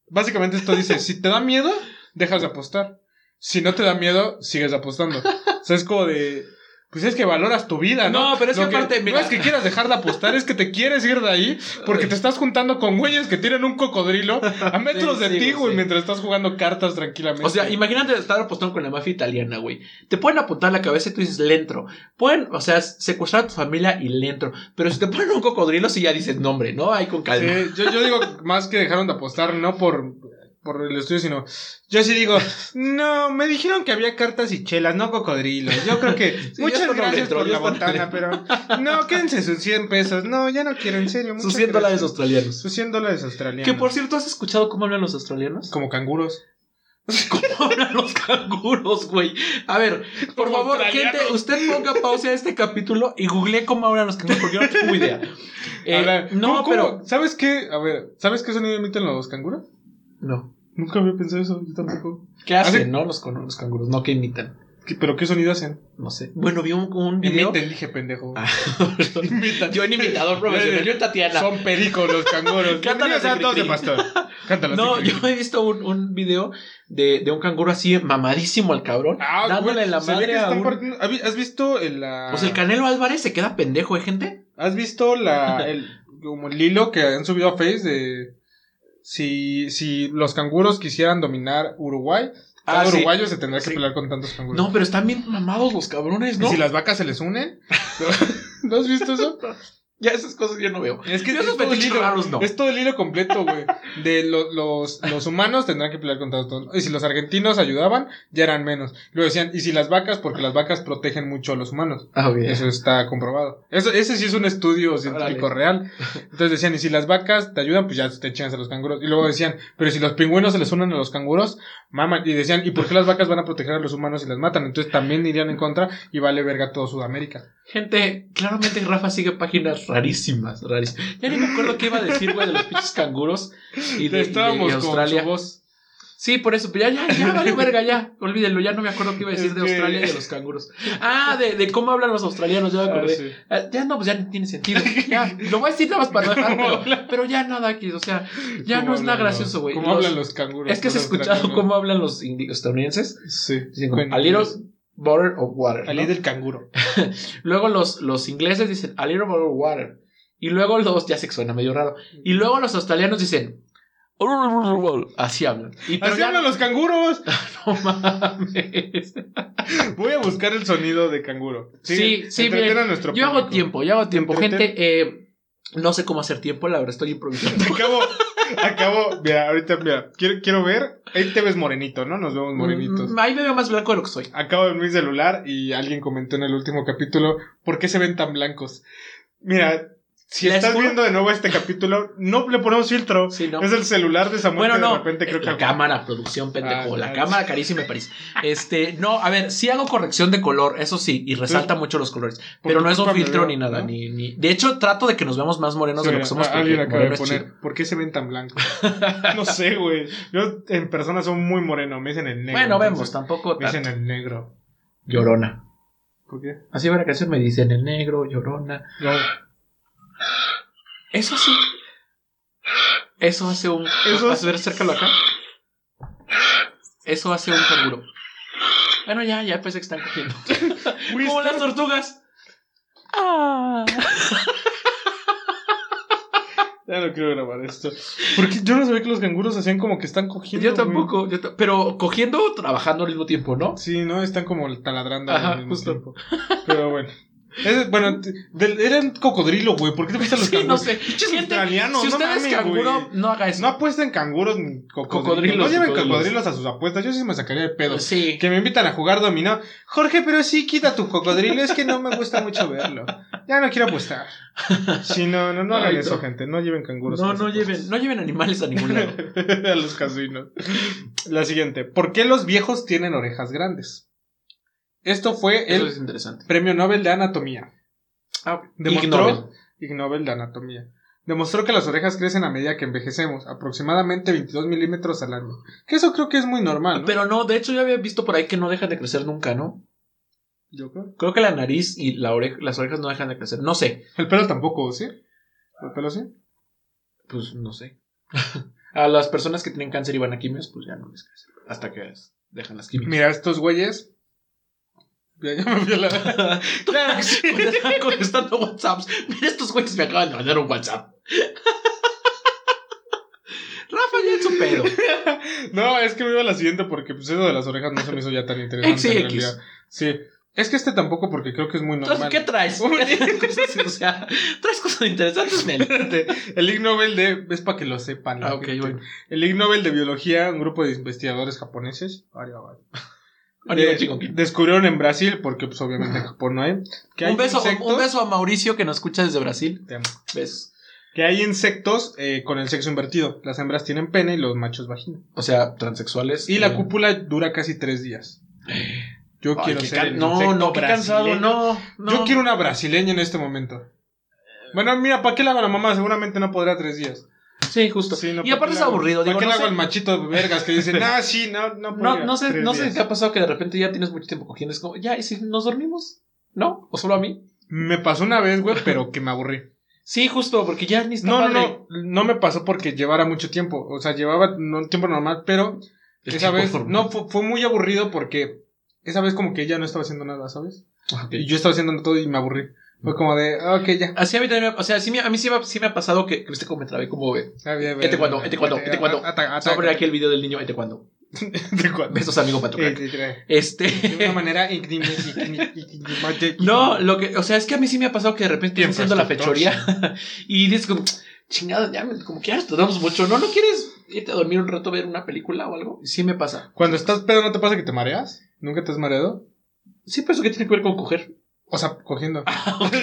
[SPEAKER 1] básicamente esto dice, si te da miedo, dejas de apostar. Si no te da miedo, sigues apostando. O sea, es como de... Pues es que valoras tu vida, ¿no?
[SPEAKER 2] No, pero es
[SPEAKER 1] Lo
[SPEAKER 2] que aparte, mira-
[SPEAKER 1] No es que quieras dejar de apostar, es que te quieres ir de ahí porque te estás juntando con güeyes que tienen un cocodrilo a metros
[SPEAKER 2] Sí,
[SPEAKER 1] de
[SPEAKER 2] sí,
[SPEAKER 1] ti,
[SPEAKER 2] güey,
[SPEAKER 1] güey,
[SPEAKER 2] sí.
[SPEAKER 1] mientras estás jugando cartas tranquilamente.
[SPEAKER 2] O sea, imagínate estar apostando con la mafia italiana, güey. Te pueden apuntar la cabeza y tú dices, le entro. Pueden, o sea, secuestrar a tu familia y le entro. Pero si te ponen un cocodrilo, sí ya dices, nombre, ¿no? Ahí con calma.
[SPEAKER 1] Sí, yo, yo digo más que dejaron de apostar, no por, por el estudio, sino. Yo sí digo, no, me dijeron que había cartas y chelas, no cocodrilos. Yo creo que.
[SPEAKER 2] Sí,
[SPEAKER 1] muchas
[SPEAKER 2] yo esto no le
[SPEAKER 1] gracias
[SPEAKER 2] entro,
[SPEAKER 1] por
[SPEAKER 2] yo
[SPEAKER 1] la
[SPEAKER 2] esto no le
[SPEAKER 1] botana, pero. No, quédense sus 100 pesos. No, ya no quiero, en serio.
[SPEAKER 2] Sus
[SPEAKER 1] muchas
[SPEAKER 2] 100 dólares
[SPEAKER 1] gracias.
[SPEAKER 2] australianos.
[SPEAKER 1] Sus 100 dólares australianos.
[SPEAKER 2] Que por cierto, ¿has escuchado cómo hablan los australianos?
[SPEAKER 1] Como canguros.
[SPEAKER 2] ¿Cómo hablan los canguros, güey? A ver, por
[SPEAKER 1] Como
[SPEAKER 2] favor,
[SPEAKER 1] australianos.
[SPEAKER 2] gente, usted ponga pausa a este capítulo y googleé cómo hablan los canguros, porque yo no tengo idea. Eh,
[SPEAKER 1] Ahora,
[SPEAKER 2] no,
[SPEAKER 1] ¿cómo-
[SPEAKER 2] pero.
[SPEAKER 1] cómo? ¿Sabes qué? A ver, ¿sabes qué sonido emiten los canguros?
[SPEAKER 2] No.
[SPEAKER 1] Nunca había pensado eso, yo tampoco.
[SPEAKER 2] ¿Qué hacen,
[SPEAKER 1] Hacen-
[SPEAKER 2] no? Los, con- los canguros, no que imitan.
[SPEAKER 1] ¿Qué- ¿Pero qué sonido hacen?
[SPEAKER 2] No sé. Bueno, vi un, un video.
[SPEAKER 1] Emiten, dije, pendejo.
[SPEAKER 2] Ah.
[SPEAKER 1] Imitan.
[SPEAKER 2] Yo en imitador profesional, yo en Tatiana.
[SPEAKER 1] Son pericos los canguros.
[SPEAKER 2] Cántalas
[SPEAKER 1] Bienvenidos a
[SPEAKER 2] de
[SPEAKER 1] Todos de
[SPEAKER 2] Cricri.
[SPEAKER 1] pastor. Cántalas
[SPEAKER 2] No,
[SPEAKER 1] de
[SPEAKER 2] yo
[SPEAKER 1] Cricri.
[SPEAKER 2] he visto un, un video de, de un canguro así mamadísimo al cabrón,
[SPEAKER 1] Ah,
[SPEAKER 2] dándole
[SPEAKER 1] güey,
[SPEAKER 2] la
[SPEAKER 1] se ve que
[SPEAKER 2] madre a
[SPEAKER 1] están
[SPEAKER 2] un...
[SPEAKER 1] partiendo- ¿Has vi- ¿Has visto el, la...
[SPEAKER 2] Pues el Canelo Álvarez se queda pendejo, ¿eh, gente?
[SPEAKER 1] ¿Has visto la... el, como el hilo que han subido a Face de... Si, si los canguros quisieran dominar Uruguay, cada
[SPEAKER 2] Ah, sí.
[SPEAKER 1] uruguayo se tendrá que
[SPEAKER 2] Sí.
[SPEAKER 1] pelear con tantos canguros.
[SPEAKER 2] No, pero están bien mamados los cabrones,
[SPEAKER 1] ¿Y
[SPEAKER 2] ¿no?
[SPEAKER 1] si las vacas se les unen? ¿No has visto eso?
[SPEAKER 2] Ya esas cosas yo no veo.
[SPEAKER 1] Es que
[SPEAKER 2] Yo
[SPEAKER 1] es,
[SPEAKER 2] esos
[SPEAKER 1] todo el
[SPEAKER 2] fetiches
[SPEAKER 1] hilo,
[SPEAKER 2] raros no.
[SPEAKER 1] es todo el hilo completo, güey. De lo- los, los humanos tendrán que pelear contra todos. Y si los argentinos ayudaban, ya eran menos. Luego decían, y si las vacas, porque las vacas protegen mucho a los humanos.
[SPEAKER 2] Ah, bien.
[SPEAKER 1] Eso está comprobado. Eso, ese sí es un estudio científico real. Entonces decían, y si las vacas te ayudan, pues ya te echan a los canguros. Y luego decían, pero si los pingüinos se les unen a los canguros, maman. Y decían, ¿y por qué las vacas van a proteger a los humanos y las matan? Entonces también irían en contra y vale verga todo Sudamérica.
[SPEAKER 2] Gente, claramente Rafa sigue páginas rarísimas, rarísimas. Ya ni me acuerdo qué iba a decir, güey, de los pinches canguros y de, y de- y
[SPEAKER 1] Estábamos con
[SPEAKER 2] Australia.
[SPEAKER 1] su voz.
[SPEAKER 2] Sí, por eso, pero ya, ya, ya, vale verga, ya. Olvídenlo, ya no me acuerdo qué iba a decir
[SPEAKER 1] Es
[SPEAKER 2] de
[SPEAKER 1] que-
[SPEAKER 2] Australia y de los canguros. Ah, de, de cómo hablan los australianos, ya me
[SPEAKER 1] Ah,
[SPEAKER 2] acordé.
[SPEAKER 1] sí.
[SPEAKER 2] Ah, Ya no, pues ya no tiene sentido. Ya, lo voy a decir nada más para no dejártelo. Pero ya nada, aquí, o sea, ya
[SPEAKER 1] ¿Cómo
[SPEAKER 2] no es nada
[SPEAKER 1] hablan los-
[SPEAKER 2] gracioso, güey.
[SPEAKER 1] ¿Cómo
[SPEAKER 2] Los-
[SPEAKER 1] hablan los canguros?
[SPEAKER 2] Es que has
[SPEAKER 1] Los
[SPEAKER 2] escuchado
[SPEAKER 1] australianos.
[SPEAKER 2] cómo hablan los indi- estadounidenses.
[SPEAKER 1] Sí.
[SPEAKER 2] Dicen como,
[SPEAKER 1] Bueno,
[SPEAKER 2] a little butter of water.
[SPEAKER 1] al
[SPEAKER 2] ¿no?
[SPEAKER 1] líder del canguro.
[SPEAKER 2] Luego los, los ingleses dicen a little bottle of water. Y luego los, ya sé que suena medio raro. Y luego los australianos dicen. "Oh, Así hablan. Y pero
[SPEAKER 1] Así
[SPEAKER 2] ya
[SPEAKER 1] hablan los canguros.
[SPEAKER 2] no mames.
[SPEAKER 1] Voy a buscar el sonido de canguro.
[SPEAKER 2] Sí, sí,
[SPEAKER 1] entreten
[SPEAKER 2] miren,
[SPEAKER 1] a nuestro
[SPEAKER 2] Yo hago
[SPEAKER 1] público.
[SPEAKER 2] tiempo, yo hago tiempo.
[SPEAKER 1] Entreten-
[SPEAKER 2] Gente, eh, no sé cómo hacer tiempo, la verdad, estoy improvisando.
[SPEAKER 1] Acabo, acabo, mira, ahorita, mira, quiero, quiero ver, ahí te ves morenito, ¿no? Nos vemos morenitos.
[SPEAKER 2] Mm, Ahí me veo más blanco de lo que soy.
[SPEAKER 1] Acabo de ver mi celular y alguien comentó en el último capítulo, ¿por qué se ven tan blancos? Mira, si
[SPEAKER 2] Les
[SPEAKER 1] estás
[SPEAKER 2] juro-
[SPEAKER 1] viendo de nuevo este capítulo, no le ponemos filtro.
[SPEAKER 2] Sí, ¿no?
[SPEAKER 1] Es el celular de Samuel
[SPEAKER 2] Bueno,
[SPEAKER 1] que de
[SPEAKER 2] no. eh,
[SPEAKER 1] repente creo que...
[SPEAKER 2] la cámara, producción, pendejo.
[SPEAKER 1] Ah,
[SPEAKER 2] la
[SPEAKER 1] claro.
[SPEAKER 2] cámara carísima de París. Este, no, a ver, sí hago corrección de color, eso sí, y resalta mucho los colores.
[SPEAKER 1] Por
[SPEAKER 2] Pero
[SPEAKER 1] tu
[SPEAKER 2] no es un
[SPEAKER 1] culpa me
[SPEAKER 2] filtro
[SPEAKER 1] veo,
[SPEAKER 2] ni nada,
[SPEAKER 1] ¿no?
[SPEAKER 2] ni, ni. De hecho, trato de que nos veamos más morenos
[SPEAKER 1] Sí,
[SPEAKER 2] de lo que
[SPEAKER 1] mira,
[SPEAKER 2] somos. porque
[SPEAKER 1] alguien acaba de
[SPEAKER 2] moreno es
[SPEAKER 1] poner,
[SPEAKER 2] chido.
[SPEAKER 1] ¿por qué se ven tan blancos? No sé, güey. Yo en persona soy muy moreno, me dicen el negro.
[SPEAKER 2] Bueno, vemos,
[SPEAKER 1] entonces,
[SPEAKER 2] tampoco
[SPEAKER 1] Me
[SPEAKER 2] tan-
[SPEAKER 1] dicen el negro.
[SPEAKER 2] Llorona.
[SPEAKER 1] ¿Por qué?
[SPEAKER 2] Así va la canción, me dicen el negro, llorona.
[SPEAKER 1] No,
[SPEAKER 2] Eso sí. Eso hace un.
[SPEAKER 1] Eso-
[SPEAKER 2] Eso. A ver, acércalo acá. Eso hace un canguro. Bueno, ya, ya pensé que están cogiendo.
[SPEAKER 1] Güey,
[SPEAKER 2] Como
[SPEAKER 1] está-
[SPEAKER 2] las tortugas.
[SPEAKER 1] Ya no quiero grabar esto. Porque yo no sabía que los canguros hacían como que están cogiendo.
[SPEAKER 2] Yo
[SPEAKER 1] güey.
[SPEAKER 2] tampoco, yo ta- pero cogiendo o trabajando al mismo tiempo, ¿no?
[SPEAKER 1] Sí, ¿no? Están como taladrando
[SPEAKER 2] Ajá,
[SPEAKER 1] al mismo
[SPEAKER 2] justo.
[SPEAKER 1] tiempo. Pero bueno. Ese- bueno, t- del- eran cocodrilo, güey. ¿Por qué te gustan los
[SPEAKER 2] Sí, no
[SPEAKER 1] canguros?
[SPEAKER 2] sé. Gente,
[SPEAKER 1] australianos,
[SPEAKER 2] si
[SPEAKER 1] no
[SPEAKER 2] usted es
[SPEAKER 1] mames,
[SPEAKER 2] canguro,
[SPEAKER 1] güey.
[SPEAKER 2] no haga eso.
[SPEAKER 1] No apuesten canguros ni cocodrilos.
[SPEAKER 2] Cocodrilos,
[SPEAKER 1] no lleven
[SPEAKER 2] cocodrilos. Pues
[SPEAKER 1] cocodrilos a sus apuestas. Yo sí me sacaría de pedo.
[SPEAKER 2] sí.
[SPEAKER 1] Que me invitan a jugar dominó. Jorge, pero sí quita tu cocodrilo. Es que no me gusta mucho verlo. Ya no quiero apostar. Sí, no, no, no hagan
[SPEAKER 2] Ay, no.
[SPEAKER 1] eso, gente. No lleven canguros. a
[SPEAKER 2] No,
[SPEAKER 1] las
[SPEAKER 2] no
[SPEAKER 1] apuestas.
[SPEAKER 2] lleven, no lleven animales a ningún lado.
[SPEAKER 1] a los casinos. La siguiente. ¿Por qué los viejos tienen orejas grandes? Esto fue
[SPEAKER 2] Eso
[SPEAKER 1] el
[SPEAKER 2] es interesante.
[SPEAKER 1] Premio Nobel de Anatomía.
[SPEAKER 2] Ah,
[SPEAKER 1] Demostró-
[SPEAKER 2] ignoren.
[SPEAKER 1] Ig Nobel de Anatomía. Demostró que las orejas crecen a medida que envejecemos, aproximadamente 22 milímetros al año. Que eso creo que es muy normal, ¿no?
[SPEAKER 2] Pero no, de hecho yo había visto por ahí que no dejan de crecer nunca, ¿no?
[SPEAKER 1] Yo creo.
[SPEAKER 2] Creo que la nariz y la oreja, las orejas no dejan de crecer. No sé,
[SPEAKER 1] El pelo tampoco, ¿sí? ¿El pelo sí?
[SPEAKER 2] pues no sé. a las personas que tienen cáncer y van a quimios, pues ya no les crece. Hasta que es- dejan las quimios.
[SPEAKER 1] Mira, estos güeyes. Ya, ya me fui a la- Claro que sí.
[SPEAKER 2] Contestan- contestando WhatsApps. Mira, estos güeyes me acaban de mandar un WhatsApp. Rafa ya es un pedo.
[SPEAKER 1] No, es que me iba a la siguiente porque pues eso de las orejas no se me hizo ya tan interesante
[SPEAKER 2] Ex y
[SPEAKER 1] en
[SPEAKER 2] X.
[SPEAKER 1] realidad. Sí. Es que este tampoco porque creo que es muy normal.
[SPEAKER 2] Entonces, ¿qué traes? o sea, traes cosas interesantes, Mel.
[SPEAKER 1] Espérate, El Ig Nobel de. Es para que lo sepan. la
[SPEAKER 2] Ah, ok,
[SPEAKER 1] gente.
[SPEAKER 2] bueno.
[SPEAKER 1] El Ig Nobel de Biología, un grupo de investigadores japoneses. Ariwa, Ariwa.
[SPEAKER 2] Ariwa,
[SPEAKER 1] de-
[SPEAKER 2] chico, ¿quién?
[SPEAKER 1] descubrieron en Brasil, porque pues obviamente en Japón no hay. Que hay
[SPEAKER 2] Un beso,
[SPEAKER 1] insectos-
[SPEAKER 2] un beso a Mauricio que nos escucha desde Brasil.
[SPEAKER 1] Te amo.
[SPEAKER 2] Besos.
[SPEAKER 1] Que hay insectos eh, con el sexo invertido. Las hembras tienen pene y los machos vagina.
[SPEAKER 2] O sea, transexuales.
[SPEAKER 1] Y la
[SPEAKER 2] cupa
[SPEAKER 1] cúpula dura casi tres días. Yo quiero ser. el
[SPEAKER 2] No,
[SPEAKER 1] insecto
[SPEAKER 2] no, qué cansado,
[SPEAKER 1] brasileño.
[SPEAKER 2] no, no.
[SPEAKER 1] Yo quiero una brasileña en este momento. Bueno, mira, ¿para qué la hago a la mamá? Seguramente no podrá tres días.
[SPEAKER 2] Sí, justo.
[SPEAKER 1] Pues Sí, no,
[SPEAKER 2] y
[SPEAKER 1] ¿pa'
[SPEAKER 2] aparte
[SPEAKER 1] qué
[SPEAKER 2] es
[SPEAKER 1] la hago?
[SPEAKER 2] aburrido,
[SPEAKER 1] ¿Para
[SPEAKER 2] digo,
[SPEAKER 1] qué
[SPEAKER 2] no
[SPEAKER 1] la hago
[SPEAKER 2] sé,
[SPEAKER 1] al machito de vergas que dice, no, sí, no, no
[SPEAKER 2] no,
[SPEAKER 1] podría,
[SPEAKER 2] no sé,
[SPEAKER 1] tres
[SPEAKER 2] no sé
[SPEAKER 1] días"?
[SPEAKER 2] qué ha pasado que de repente ya tienes mucho tiempo cogiendo. Es como, ya, ¿y si nos dormimos? ¿No? ¿O solo a mí?
[SPEAKER 1] Me pasó una vez, güey, pero que me aburrí.
[SPEAKER 2] Sí, justo, porque ya ni está
[SPEAKER 1] No, no,
[SPEAKER 2] padre.
[SPEAKER 1] no, no me pasó porque llevara mucho tiempo. O sea, llevaba no, un tiempo normal, pero
[SPEAKER 2] El
[SPEAKER 1] esa
[SPEAKER 2] tiempo
[SPEAKER 1] vez,
[SPEAKER 2] formal.
[SPEAKER 1] no, fue, fue muy aburrido porque esa vez como que ella no estaba haciendo nada, ¿sabes?
[SPEAKER 2] Ah, ok.
[SPEAKER 1] Y yo estaba haciendo todo y me aburrí. Fue como de, "Ah, ok, ya.
[SPEAKER 2] Así a mí también, me- o sea, sí me- a mí sí me, sí me ha pasado que, que viste cómo me trabé, como ve.
[SPEAKER 1] Ah, bien, bien,
[SPEAKER 2] Este cuando,
[SPEAKER 1] bien.
[SPEAKER 2] este cuando, este cuando.
[SPEAKER 1] Ata- ata-
[SPEAKER 2] Sobre aquí el video del niño, este cuando.
[SPEAKER 1] ¿De cuándo?
[SPEAKER 2] Besos, amigo Patocar.
[SPEAKER 1] De
[SPEAKER 2] Este.
[SPEAKER 1] una manera igni-
[SPEAKER 2] No, lo que, o sea, es que a mí sí me ha pasado que de repente
[SPEAKER 1] Bien,
[SPEAKER 2] estás haciendo la
[SPEAKER 1] infraestructura.
[SPEAKER 2] fechoría y dices como, chingado, ya, como que ya nos tardamos mucho, ¿no? ¿No quieres irte a dormir un rato a ver una película o algo? Sí me pasa.
[SPEAKER 1] Cuando estás pedo, ¿no te pasa que te mareas? ¿Nunca te has mareado?
[SPEAKER 2] Sí, pero eso que tiene que ver con coger.
[SPEAKER 1] O sea, cogiendo.
[SPEAKER 2] Ah, ok.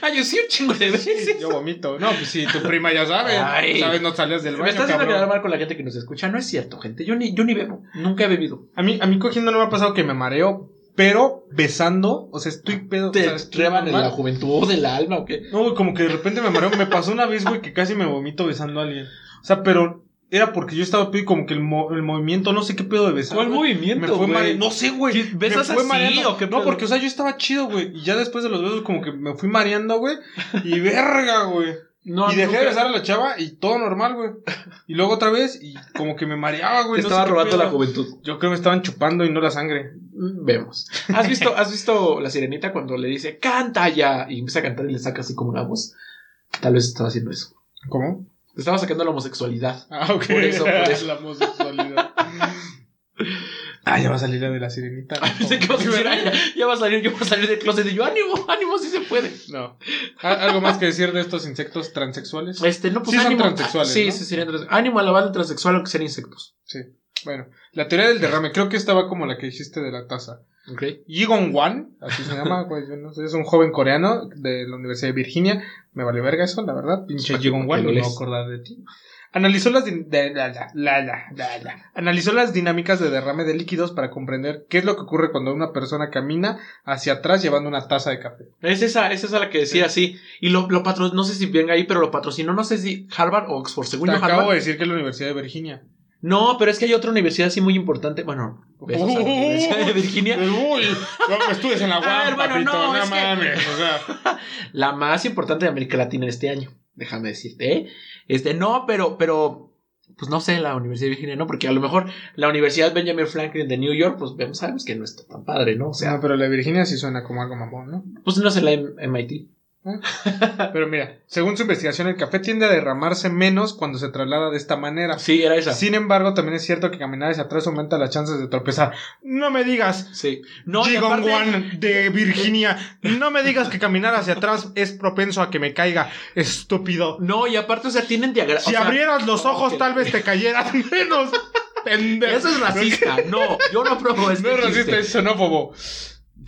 [SPEAKER 2] Ah, yo sí un chingo de veces.
[SPEAKER 1] Yo vomito. No, pues si tu prima ya sabe.
[SPEAKER 2] Ay.
[SPEAKER 1] Sabes, no salías del
[SPEAKER 2] me
[SPEAKER 1] baño,
[SPEAKER 2] estás haciendo
[SPEAKER 1] cabrón.
[SPEAKER 2] quedar mal con la gente que nos escucha. No es cierto, gente. Yo ni, yo ni bebo. Nunca he bebido.
[SPEAKER 1] A mí, a mí cogiendo no me ha pasado que me mareo, pero besando, o sea, estoy pedo. o
[SPEAKER 2] Te
[SPEAKER 1] sea, estoy
[SPEAKER 2] treban en
[SPEAKER 1] normal.
[SPEAKER 2] la juventud, del alma o qué.
[SPEAKER 1] No, güey, como que de repente me mareo. Me pasó una vez, güey, que casi me vomito besando a alguien. O sea, pero era porque yo estaba pedo y como que el, mo- el movimiento, no sé qué pedo de besar.
[SPEAKER 2] ¿Cuál
[SPEAKER 1] güey, Me
[SPEAKER 2] movimiento?
[SPEAKER 1] fue
[SPEAKER 2] güey?
[SPEAKER 1] mareando. No sé, güey.
[SPEAKER 2] ¿Qué- besas
[SPEAKER 1] me fue
[SPEAKER 2] así
[SPEAKER 1] mareando.
[SPEAKER 2] o qué
[SPEAKER 1] No,
[SPEAKER 2] pedo?
[SPEAKER 1] porque, o sea, yo estaba chido, güey. Y ya después de los besos, como que me fui mareando, güey. Y verga, güey.
[SPEAKER 2] No,
[SPEAKER 1] y dejé
[SPEAKER 2] nunca-
[SPEAKER 1] de besar a la chava y todo normal, güey. Y luego otra vez y como que me mareaba,
[SPEAKER 2] Te
[SPEAKER 1] güey. no
[SPEAKER 2] estaba
[SPEAKER 1] sé qué
[SPEAKER 2] robando
[SPEAKER 1] pedo.
[SPEAKER 2] la juventud.
[SPEAKER 1] Yo creo que me estaban chupando y no la sangre.
[SPEAKER 2] Mm, Vemos. ¿Has visto, ¿Has visto la sirenita cuando le dice canta ya? Y empieza a cantar y le saca así como una voz. Tal vez estaba haciendo eso.
[SPEAKER 1] ¿Cómo?
[SPEAKER 2] Le estaba sacando la homosexualidad.
[SPEAKER 1] Ah, ok.
[SPEAKER 2] Por eso, por eso.
[SPEAKER 1] La homosexualidad. ah, ya va a salir la de la sirenita.
[SPEAKER 2] Pensé que iba a decir, "Ay, ya, ya va a salir, yo voy a salir del closet. Y yo, ánimo, ánimo, sí se puede.
[SPEAKER 1] No. ¿Al- Ah, ¿Algo más que decir de estos insectos transexuales?
[SPEAKER 2] Este, no, pues
[SPEAKER 1] Sí son
[SPEAKER 2] ánimo.
[SPEAKER 1] transexuales,
[SPEAKER 2] Sí,
[SPEAKER 1] ¿no?
[SPEAKER 2] sí, serían transexuales. Ánimo a la banda transexual, aunque sean insectos.
[SPEAKER 1] Bueno, la teoría del derrame. Creo que estaba como la que dijiste de la taza.
[SPEAKER 2] Ok.
[SPEAKER 1] Yigon Wan, así se llama, güey, yo no sé, es un joven coreano de la Universidad de Virginia. Me vale verga eso, la verdad. Pinche
[SPEAKER 2] ¿Para qué-
[SPEAKER 1] Yigon
[SPEAKER 2] para
[SPEAKER 1] Wan,
[SPEAKER 2] qué
[SPEAKER 1] no
[SPEAKER 2] lo
[SPEAKER 1] me voy a
[SPEAKER 2] lees?
[SPEAKER 1] acordar de ti. Analizó las, din- de- la- la- la- la- la- la. Analizó las dinámicas de derrame de líquidos para comprender qué es lo que ocurre cuando una persona camina hacia atrás llevando una taza de café.
[SPEAKER 2] Es esa, es esa la que decía así. Y lo, lo patro- no sé si venga ahí, pero lo patrocinó, no sé si Harvard o Oxford, según
[SPEAKER 1] Te
[SPEAKER 2] yo Harvard.
[SPEAKER 1] acabo de decir que es la Universidad de Virginia.
[SPEAKER 2] No, pero es que hay otra universidad así muy importante. Bueno, besos a la Universidad de Virginia.
[SPEAKER 1] Uy, no, estudias en la
[SPEAKER 2] A ver,
[SPEAKER 1] UAM,
[SPEAKER 2] bueno,
[SPEAKER 1] papito,
[SPEAKER 2] no,
[SPEAKER 1] no,
[SPEAKER 2] es que-
[SPEAKER 1] mames, o sea.
[SPEAKER 2] La más importante de América Latina este año. Déjame decirte, ¿eh? Este, no, pero, pero, pues no sé, la Universidad de Virginia, no, porque a lo mejor la Universidad Benjamin Franklin de New York, pues vemos, sabemos que no está tan padre, ¿no? O
[SPEAKER 1] O sea,
[SPEAKER 2] sea,
[SPEAKER 1] no, pero la Virginia sí suena como algo mamón, ¿no?
[SPEAKER 2] pues no es la M- MIT.
[SPEAKER 1] Pero mira, según su investigación, el café tiende a derramarse menos cuando se traslada de esta manera.
[SPEAKER 2] Sí, era esa. Sí.
[SPEAKER 1] Sin embargo, también es cierto que caminar hacia atrás aumenta las chances de tropezar. No me digas,
[SPEAKER 2] No, y
[SPEAKER 1] Jigon
[SPEAKER 2] aparte-
[SPEAKER 1] Wan de Virginia, no me digas que caminar hacia atrás es propenso a que me caiga, estúpido.
[SPEAKER 2] no, y aparte, o sea, tienen diagramas.
[SPEAKER 1] Si abrieras los ojos,
[SPEAKER 2] ok.
[SPEAKER 1] tal vez te cayeras menos. Pendejo.
[SPEAKER 2] Eso es racista. No, yo no apruebo este
[SPEAKER 1] No es racista,
[SPEAKER 2] chiste.
[SPEAKER 1] es xenófobo.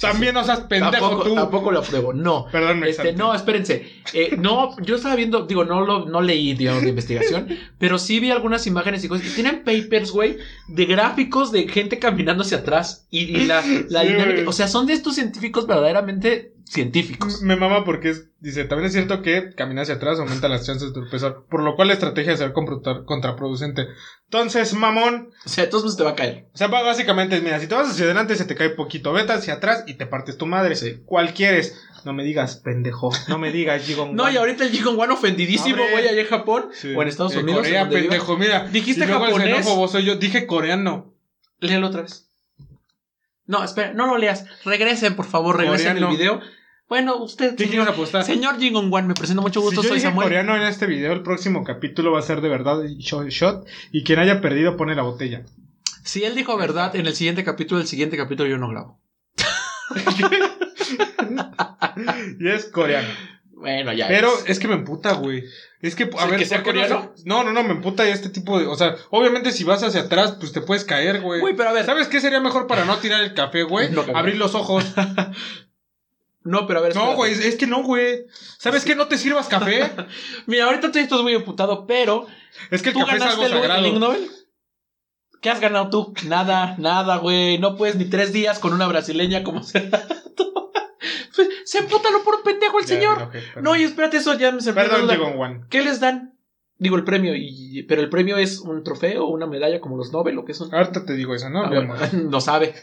[SPEAKER 1] También no seas pendejo
[SPEAKER 2] tampoco,
[SPEAKER 1] tú.
[SPEAKER 2] tampoco lo apruebo. No.
[SPEAKER 1] Perdón, me
[SPEAKER 2] Este,
[SPEAKER 1] exalté.
[SPEAKER 2] no, espérense. Eh, no, yo estaba viendo, digo, no lo, no leí, digamos, de investigación, pero sí vi algunas imágenes y cosas. Y tienen papers, güey, de gráficos de gente caminando hacia atrás. Y, y la, la
[SPEAKER 1] Sí,
[SPEAKER 2] dinámica.
[SPEAKER 1] güey.
[SPEAKER 2] O sea, son de estos científicos verdaderamente científicos.
[SPEAKER 1] Me mama porque es- dice, también es cierto que caminar hacia atrás aumenta las chances de tropezar, por lo cual la estrategia será comprutar- contraproducente. Entonces, mamón,
[SPEAKER 2] O sea, entonces te va a caer.
[SPEAKER 1] o sea, ba- básicamente, mira, si te vas hacia adelante se te cae poquito, vete hacia atrás y te partes tu madre.
[SPEAKER 2] Sí.
[SPEAKER 1] ¿Cuál quieres? No me digas, pendejo, no me digas, Jigon
[SPEAKER 2] No, y ahorita el Jigon Wan ofendidísimo,
[SPEAKER 1] Hombre.
[SPEAKER 2] güey, allá en Japón o en Estados Unidos. en
[SPEAKER 1] Eh, Corea,
[SPEAKER 2] donde viva.
[SPEAKER 1] pendejo, mira.
[SPEAKER 2] Dijiste
[SPEAKER 1] y luego el
[SPEAKER 2] japonés.
[SPEAKER 1] xenófobo soy yo, dije coreano.
[SPEAKER 2] Léelo otra vez. No, espera, no lo leas. Regresen, por favor, regresen
[SPEAKER 1] Coreano.
[SPEAKER 2] el video. Bueno, usted.
[SPEAKER 1] ¿Qué quieres
[SPEAKER 2] Señor,
[SPEAKER 1] apostar?
[SPEAKER 2] señor Jingon Wan, me presento mucho
[SPEAKER 1] Si
[SPEAKER 2] gusto,
[SPEAKER 1] yo
[SPEAKER 2] soy
[SPEAKER 1] dije
[SPEAKER 2] Samuel.
[SPEAKER 1] coreano en este video, el próximo capítulo va a ser de verdad shot, shot y quien haya perdido pone la botella.
[SPEAKER 2] Si él dijo verdad en el siguiente capítulo, el siguiente capítulo yo no grabo.
[SPEAKER 1] Y es coreano.
[SPEAKER 2] Bueno, ya.
[SPEAKER 1] Pero
[SPEAKER 2] es.
[SPEAKER 1] es que me emputa, güey. Es que, a
[SPEAKER 2] ¿El
[SPEAKER 1] ver,
[SPEAKER 2] que sea
[SPEAKER 1] ¿por qué no
[SPEAKER 2] coreano?
[SPEAKER 1] se- No, no, no, me emputa este tipo de. O sea, obviamente si vas hacia atrás, pues te puedes caer, güey.
[SPEAKER 2] Güey, pero a ver.
[SPEAKER 1] ¿Sabes qué sería mejor para no tirar el café, güey?
[SPEAKER 2] No, cabrón.
[SPEAKER 1] Abrir los ojos.
[SPEAKER 2] No, pero a ver.
[SPEAKER 1] No,
[SPEAKER 2] espérate.
[SPEAKER 1] güey, es que no, güey. ¿Sabes qué? No te sirvas café.
[SPEAKER 2] Mira, ahorita tú estás muy emputado, pero.
[SPEAKER 1] Es que el
[SPEAKER 2] ¿Tú
[SPEAKER 1] café es algo
[SPEAKER 2] ganaste el, el Ig
[SPEAKER 1] sagrado.
[SPEAKER 2] Nobel? ¿Qué has ganado tú? Nada, nada, güey. No puedes ni tres días con una brasileña como se. Pues, se emputa lo por pendejo el
[SPEAKER 1] Ya,
[SPEAKER 2] señor.
[SPEAKER 1] me enojé, perdón.
[SPEAKER 2] No, y espérate, eso ya me se me fue la
[SPEAKER 1] Perdón,
[SPEAKER 2] duda.
[SPEAKER 1] Jigon Wan.
[SPEAKER 2] ¿Qué les dan? Digo, el premio, y, pero el premio es un trofeo, una medalla como los Nobel, o qué son.
[SPEAKER 1] Ahorita te digo eso, ¿no?
[SPEAKER 2] Ah,
[SPEAKER 1] Mi
[SPEAKER 2] bueno,
[SPEAKER 1] amor.
[SPEAKER 2] no sabe.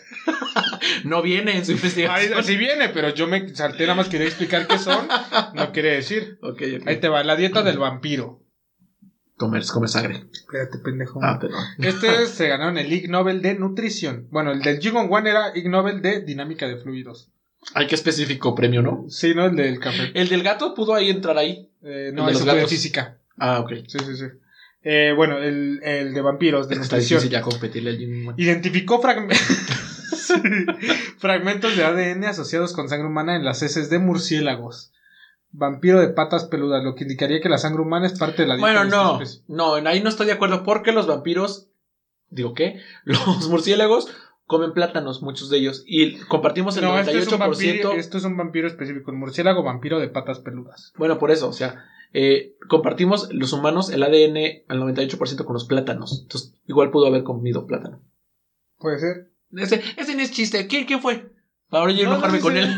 [SPEAKER 2] no viene en su
[SPEAKER 1] Ahí
[SPEAKER 2] investigación.
[SPEAKER 1] así viene, pero yo me salté, nada más quería explicar qué son. No quiere decir.
[SPEAKER 2] Ok, ok.
[SPEAKER 1] Ahí te va, la dieta del vampiro.
[SPEAKER 2] Comer, comer sangre.
[SPEAKER 1] Espérate, pendejo.
[SPEAKER 2] Ah, perdón.
[SPEAKER 1] Este se ganaron el Ig Nobel de nutrición. Bueno, el del Jigon Wan era Ig Nobel de dinámica de fluidos.
[SPEAKER 2] Ay, qué específico premio, ¿no?
[SPEAKER 1] Sí, ¿no? El del café.
[SPEAKER 2] El del gato pudo ahí entrar ahí.
[SPEAKER 1] Eh,
[SPEAKER 2] El de
[SPEAKER 1] no,
[SPEAKER 2] los
[SPEAKER 1] eso fue de
[SPEAKER 2] gatos.
[SPEAKER 1] física.
[SPEAKER 2] Ah, ok.
[SPEAKER 1] Sí, sí, sí. Eh, bueno, el, el de vampiros, de
[SPEAKER 2] Es que está
[SPEAKER 1] nutrición.
[SPEAKER 2] difícil ya competirle al Jimmy Man.
[SPEAKER 1] Identificó fragme- Sí. fragmentos de ADN asociados con sangre humana en las heces de murciélagos. Vampiro de patas peludas, lo que indicaría que la sangre humana es parte de la dieta
[SPEAKER 2] Bueno,
[SPEAKER 1] de esta
[SPEAKER 2] no, pues,
[SPEAKER 1] especie.
[SPEAKER 2] no, en ahí no estoy de acuerdo porque los vampiros, digo qué, los murciélagos comen plátanos, muchos de ellos, y compartimos el
[SPEAKER 1] No, esto es, un
[SPEAKER 2] 98%.
[SPEAKER 1] vampiro, esto es un vampiro específico, un murciélago vampiro de patas peludas.
[SPEAKER 2] Bueno, por eso, o sea, eh, compartimos los humanos el ADN al 98% con los plátanos, entonces igual pudo haber comido plátano.
[SPEAKER 1] Puede ser.
[SPEAKER 2] Ese, ese no es chiste, ¿quién, quién fue? Ahora yo
[SPEAKER 1] No,
[SPEAKER 2] enojarme
[SPEAKER 1] no
[SPEAKER 2] con
[SPEAKER 1] dice-
[SPEAKER 2] él.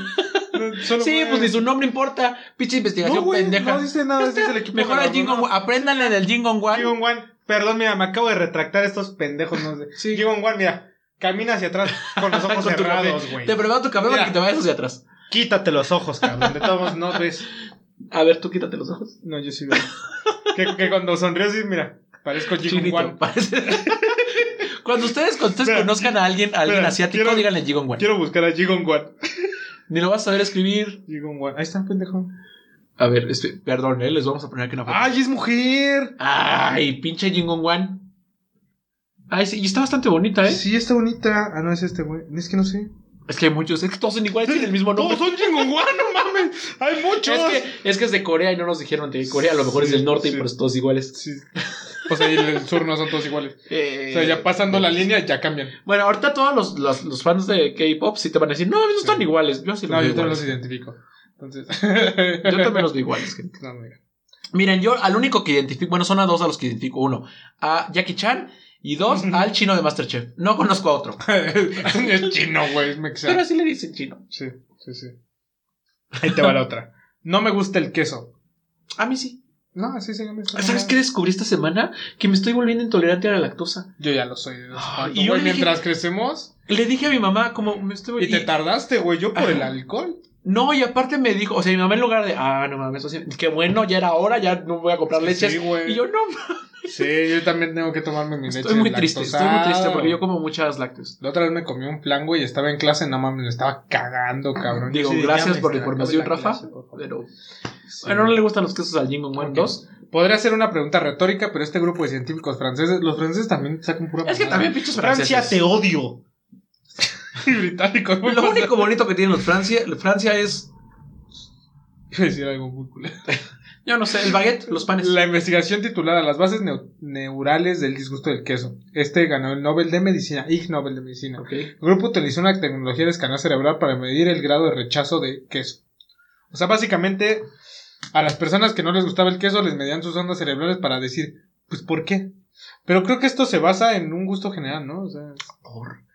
[SPEAKER 1] no, solo
[SPEAKER 2] Sí,
[SPEAKER 1] fue-
[SPEAKER 2] pues ni su nombre importa, pinche investigación
[SPEAKER 1] No, güey,
[SPEAKER 2] pendeja.
[SPEAKER 1] no dice nada, este es el equipo
[SPEAKER 2] Mejor a
[SPEAKER 1] ganador,
[SPEAKER 2] Jingon,
[SPEAKER 1] ¿no?
[SPEAKER 2] apréndanle del Jingon One.
[SPEAKER 1] Jigon Wan, perdón, mira, me acabo de retractar estos pendejos. No sé.
[SPEAKER 2] Sí.
[SPEAKER 1] Jigon Wan, mira, camina hacia atrás con los ojos
[SPEAKER 2] Con tu café.
[SPEAKER 1] cerrados, güey.
[SPEAKER 2] Te preparo tu café para
[SPEAKER 1] Mira.
[SPEAKER 2] que te vayas hacia atrás.
[SPEAKER 1] Quítate los ojos, cabrón. De todos modos, no ves.
[SPEAKER 2] A ver, tú quítate los ojos.
[SPEAKER 1] No, yo sí veo. que, que cuando sonrío así, mira, parezco Jigon
[SPEAKER 2] Chinito,
[SPEAKER 1] Wan.
[SPEAKER 2] parece. Cuando ustedes, cuando ustedes
[SPEAKER 1] Espera,
[SPEAKER 2] conozcan a alguien, a alguien
[SPEAKER 1] espera,
[SPEAKER 2] asiático,
[SPEAKER 1] quiero-
[SPEAKER 2] díganle Jigon Wan.
[SPEAKER 1] Quiero buscar a Jigon Wan.
[SPEAKER 2] Ni lo vas a saber escribir.
[SPEAKER 1] Jigon Wan. Ahí está, pendejo.
[SPEAKER 2] A ver, este, perdón, ¿eh? les vamos a poner aquí una foto.
[SPEAKER 1] ¡Ay, es mujer!
[SPEAKER 2] Ay, pinche Jingon Wan. Ay, sí, y está bastante bonita, ¿eh?
[SPEAKER 1] Sí, está bonita. Ah, no, es este, güey. Es que no sé.
[SPEAKER 2] Es que hay muchos, es que todos son iguales, tienen el mismo nombre.
[SPEAKER 1] Todos son Jigon Wan, no mames. Hay muchos.
[SPEAKER 2] es, que, es que es de Corea y no nos dijeron de Corea, a lo mejor es
[SPEAKER 1] Sí,
[SPEAKER 2] del norte, y
[SPEAKER 1] sí.
[SPEAKER 2] pero es todos iguales.
[SPEAKER 1] Sí. O sea, y Pues el del sur no son todos iguales.
[SPEAKER 2] Eh,
[SPEAKER 1] O sea, ya pasando la línea, ya cambian.
[SPEAKER 2] Bueno, ahorita todos los, los, los fans de K-pop sí te van a decir, no, no están
[SPEAKER 1] Sí.
[SPEAKER 2] iguales. Yo sí los
[SPEAKER 1] No,
[SPEAKER 2] veo
[SPEAKER 1] yo también
[SPEAKER 2] iguales.
[SPEAKER 1] los identifico. Entonces.
[SPEAKER 2] Yo también los veo iguales, gente.
[SPEAKER 1] No, mira.
[SPEAKER 2] Miren, yo al único que identifico, bueno, son a dos a los que identifico. Uno, a Jackie Chan y dos, al chino de Masterchef. No conozco a otro.
[SPEAKER 1] es chino, güey, es
[SPEAKER 2] Pero
[SPEAKER 1] mexicano.
[SPEAKER 2] así le dicen chino.
[SPEAKER 1] Sí, sí, sí. Ahí te va la otra. No me gusta el queso.
[SPEAKER 2] A mí sí.
[SPEAKER 1] No, sí, sí, no me gusta.
[SPEAKER 2] ¿Sabes qué descubrí esta semana? Que me estoy volviendo intolerante a la lactosa.
[SPEAKER 1] Yo ya lo soy. de hace
[SPEAKER 2] Ay,
[SPEAKER 1] cuánto,
[SPEAKER 2] y yo
[SPEAKER 1] güey,
[SPEAKER 2] le dije-
[SPEAKER 1] mientras crecemos.
[SPEAKER 2] Le dije a mi mamá, como me estoy...
[SPEAKER 1] Y te tardaste, güey, yo por el
[SPEAKER 2] Ajá.
[SPEAKER 1] alcohol.
[SPEAKER 2] No, y aparte me dijo, o sea, mi mamá en lugar de, ah, no mames, o sea, qué bueno, ya era hora, ya no voy a comprar leches.
[SPEAKER 1] Sí, güey.
[SPEAKER 2] y yo no,
[SPEAKER 1] Sí, yo también tengo que tomarme mi leche.
[SPEAKER 2] estoy muy triste, estoy muy triste
[SPEAKER 1] lactosada,
[SPEAKER 2] porque yo
[SPEAKER 1] güey.
[SPEAKER 2] como muchas lácteos.
[SPEAKER 1] La otra vez me comí un plan, güey, y estaba en clase, no mames, me estaba cagando, cabrón.
[SPEAKER 2] Digo,
[SPEAKER 1] Yo sí,
[SPEAKER 2] gracias
[SPEAKER 1] ya me
[SPEAKER 2] por la
[SPEAKER 1] acabé
[SPEAKER 2] información, Rafa,
[SPEAKER 1] clase, por favor.
[SPEAKER 2] Pero,
[SPEAKER 1] Sí.
[SPEAKER 2] bueno, no le gustan los quesos al Jingon One
[SPEAKER 1] Ok.
[SPEAKER 2] 2.
[SPEAKER 1] Podría ser una pregunta retórica, pero este grupo de científicos franceses, los franceses también sacan pura
[SPEAKER 2] Es que
[SPEAKER 1] mamada.
[SPEAKER 2] también pinches franceses.
[SPEAKER 1] odio. y británicos, güey,
[SPEAKER 2] Lo
[SPEAKER 1] por-
[SPEAKER 2] único bonito que tienen los Francia, Francia es,
[SPEAKER 1] Iba a decir algo muy culero.
[SPEAKER 2] yo no sé, el baguette, los panes.
[SPEAKER 1] La investigación titulada Las bases neu- neurales del disgusto del queso. Este ganó el Nobel de Medicina, Ig Nobel de Medicina.
[SPEAKER 2] Ok.
[SPEAKER 1] El grupo utilizó una tecnología de escaneo cerebral para medir el grado de rechazo de queso. O sea, básicamente, a las personas que no les gustaba el queso les medían sus ondas cerebrales para decir, pues, ¿por qué? Pero creo que esto se basa en un gusto general, ¿no? O sea,
[SPEAKER 2] Por.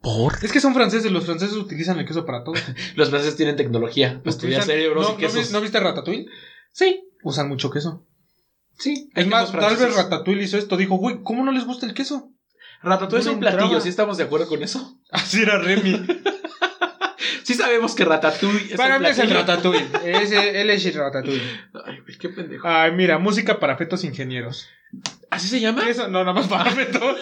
[SPEAKER 2] Por.
[SPEAKER 1] es que son franceses, los franceses utilizan el queso para todo.
[SPEAKER 2] Los franceses tienen tecnología, para estudiar
[SPEAKER 1] Utilizan-
[SPEAKER 2] cerebros
[SPEAKER 1] ¿No-
[SPEAKER 2] y
[SPEAKER 1] no vi-
[SPEAKER 2] quesos.
[SPEAKER 1] ¿No viste Ratatouille?
[SPEAKER 2] Sí,
[SPEAKER 1] Usan mucho queso.
[SPEAKER 2] sí.
[SPEAKER 1] Es
[SPEAKER 2] hay
[SPEAKER 1] más,
[SPEAKER 2] quesos
[SPEAKER 1] tal vez
[SPEAKER 2] franceses.
[SPEAKER 1] Ratatouille hizo esto. Dijo, güey, ¿cómo no les gusta el queso?
[SPEAKER 2] Ratatouille es
[SPEAKER 1] no
[SPEAKER 2] un
[SPEAKER 1] entraba.
[SPEAKER 2] platillo, ¿sí estamos de acuerdo con eso?
[SPEAKER 1] Así era Remy.
[SPEAKER 2] Sí sabemos que Ratatouille es
[SPEAKER 1] para
[SPEAKER 2] un
[SPEAKER 1] mí es el
[SPEAKER 2] platillo.
[SPEAKER 1] Ratatouille. Es el- él es el Ratatouille.
[SPEAKER 2] Ay, güey, qué pendejo.
[SPEAKER 1] Ay, mira, música para fetos ingenieros.
[SPEAKER 2] ¿Así se llama?
[SPEAKER 1] Eso, no, nada más para fetos.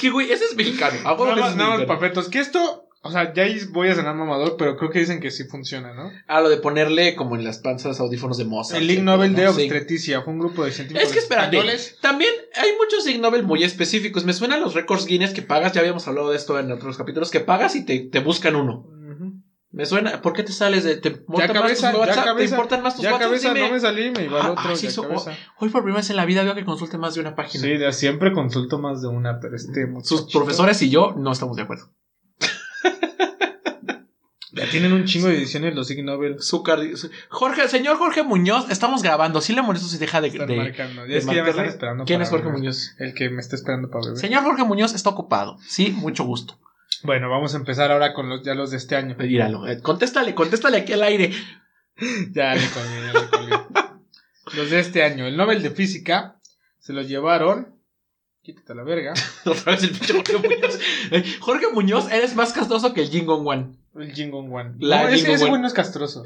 [SPEAKER 2] Que, güey, ese es mexicano. A huevo
[SPEAKER 1] nada
[SPEAKER 2] que ese
[SPEAKER 1] más,
[SPEAKER 2] es
[SPEAKER 1] nada más
[SPEAKER 2] mexicano.
[SPEAKER 1] para fetos. Que esto, o sea, ya ahí voy a cenar mamador, pero creo que dicen que sí funciona, ¿no?
[SPEAKER 2] Ah, lo de ponerle como en las panzas audífonos de Mozart.
[SPEAKER 1] El Ig
[SPEAKER 2] Sí,
[SPEAKER 1] Nobel de
[SPEAKER 2] ¿no? Sí.
[SPEAKER 1] obstetricia fue un grupo de científicos.
[SPEAKER 2] Es que espérate.
[SPEAKER 1] españoles.
[SPEAKER 2] También hay muchos Ig Nobel muy específicos. Me suenan los récords Guinness que pagas. Ya habíamos hablado de esto en otros capítulos. Que pagas y te, te buscan uno.
[SPEAKER 1] Ujú.
[SPEAKER 2] Me suena. ¿Por qué te sales de.? ¿Te, importan más
[SPEAKER 1] cabeza,
[SPEAKER 2] tus
[SPEAKER 1] ya
[SPEAKER 2] WhatsApp? ¿Te
[SPEAKER 1] cabeza,
[SPEAKER 2] importan más tus
[SPEAKER 1] Ya
[SPEAKER 2] WhatsApp?
[SPEAKER 1] cabeza,
[SPEAKER 2] Dime.
[SPEAKER 1] no me salí, me iba al
[SPEAKER 2] Ah,
[SPEAKER 1] otro.
[SPEAKER 2] ah, sí,
[SPEAKER 1] ya
[SPEAKER 2] so-
[SPEAKER 1] cabeza.
[SPEAKER 2] Hoy por primera vez en la vida veo que consulte más de una página.
[SPEAKER 1] Sí, de- siempre consulto más de una, pero este
[SPEAKER 2] Sus
[SPEAKER 1] muchachito-
[SPEAKER 2] profesores y yo no estamos de acuerdo.
[SPEAKER 1] Ya tienen un chingo de ediciones los Ig Nobel.
[SPEAKER 2] Su cardi- su- Jorge, señor Jorge Muñoz, estamos grabando. Si le molesto si deja de.
[SPEAKER 1] Están
[SPEAKER 2] de-
[SPEAKER 1] marcando.
[SPEAKER 2] de
[SPEAKER 1] Ya es que ya me están
[SPEAKER 2] marcarle.
[SPEAKER 1] esperando.
[SPEAKER 2] ¿Quién
[SPEAKER 1] para
[SPEAKER 2] es Jorge
[SPEAKER 1] beber.
[SPEAKER 2] Muñoz?
[SPEAKER 1] El que me está esperando para beber.
[SPEAKER 2] Señor Jorge Muñoz está ocupado. Sí, mucho gusto.
[SPEAKER 1] Bueno, vamos a empezar ahora con los ya los de este año.
[SPEAKER 2] Míralo, eh, contéstale, contéstale aquí al aire.
[SPEAKER 1] Ya le colgué, ya le colgué. Los de este año. El Nobel de Física se lo llevaron. Quítate la verga.
[SPEAKER 2] Otra vez el pinche Jorge Muñoz. Eh, Jorge Muñoz, eres más castoso que el Jingon Wan.
[SPEAKER 1] El Jingon Wan.
[SPEAKER 2] La
[SPEAKER 1] No, ese
[SPEAKER 2] Jingon
[SPEAKER 1] ese
[SPEAKER 2] Wan.
[SPEAKER 1] güey no es castroso.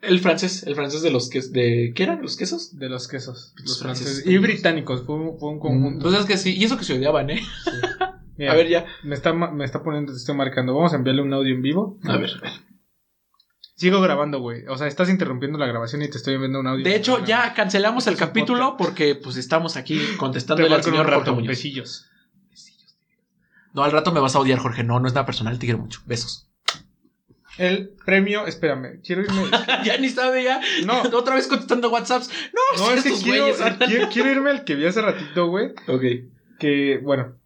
[SPEAKER 2] El francés, el francés de los que de ¿qué eran? ¿Los quesos?
[SPEAKER 1] De los quesos.
[SPEAKER 2] Los
[SPEAKER 1] Los franceses.
[SPEAKER 2] franceses.
[SPEAKER 1] Y británicos. Fue un, fue un conjunto.
[SPEAKER 2] Pues es que sí, y eso que se odiaban, eh.
[SPEAKER 1] Sí. Mira,
[SPEAKER 2] A ver ya.
[SPEAKER 1] Me está, ma- me está poniendo, te estoy marcando. Vamos a enviarle un audio en vivo.
[SPEAKER 2] A ver.
[SPEAKER 1] Sigo grabando, güey. O sea, estás interrumpiendo la grabación y te estoy enviando un audio.
[SPEAKER 2] De hecho,
[SPEAKER 1] Te
[SPEAKER 2] ya cancelamos
[SPEAKER 1] Este
[SPEAKER 2] el
[SPEAKER 1] es un
[SPEAKER 2] capítulo porque pues estamos aquí contestándole al
[SPEAKER 1] marco en un
[SPEAKER 2] señor
[SPEAKER 1] rato,
[SPEAKER 2] Jorge Muñoz.
[SPEAKER 1] Besillos.
[SPEAKER 2] No, al rato me vas a odiar, Jorge. No, no es nada personal, te quiero mucho. Besos.
[SPEAKER 1] El premio, espérame, quiero irme.
[SPEAKER 2] ya ni sabe, ya.
[SPEAKER 1] No,
[SPEAKER 2] Otra vez contestando WhatsApps. No,
[SPEAKER 1] no,
[SPEAKER 2] sí,
[SPEAKER 1] es que
[SPEAKER 2] estos
[SPEAKER 1] quiero, eh,
[SPEAKER 2] güeyes ¿eh? hablan.
[SPEAKER 1] quiero, quiero irme al que vi hace ratito, güey.
[SPEAKER 2] Ok.
[SPEAKER 1] Que, bueno.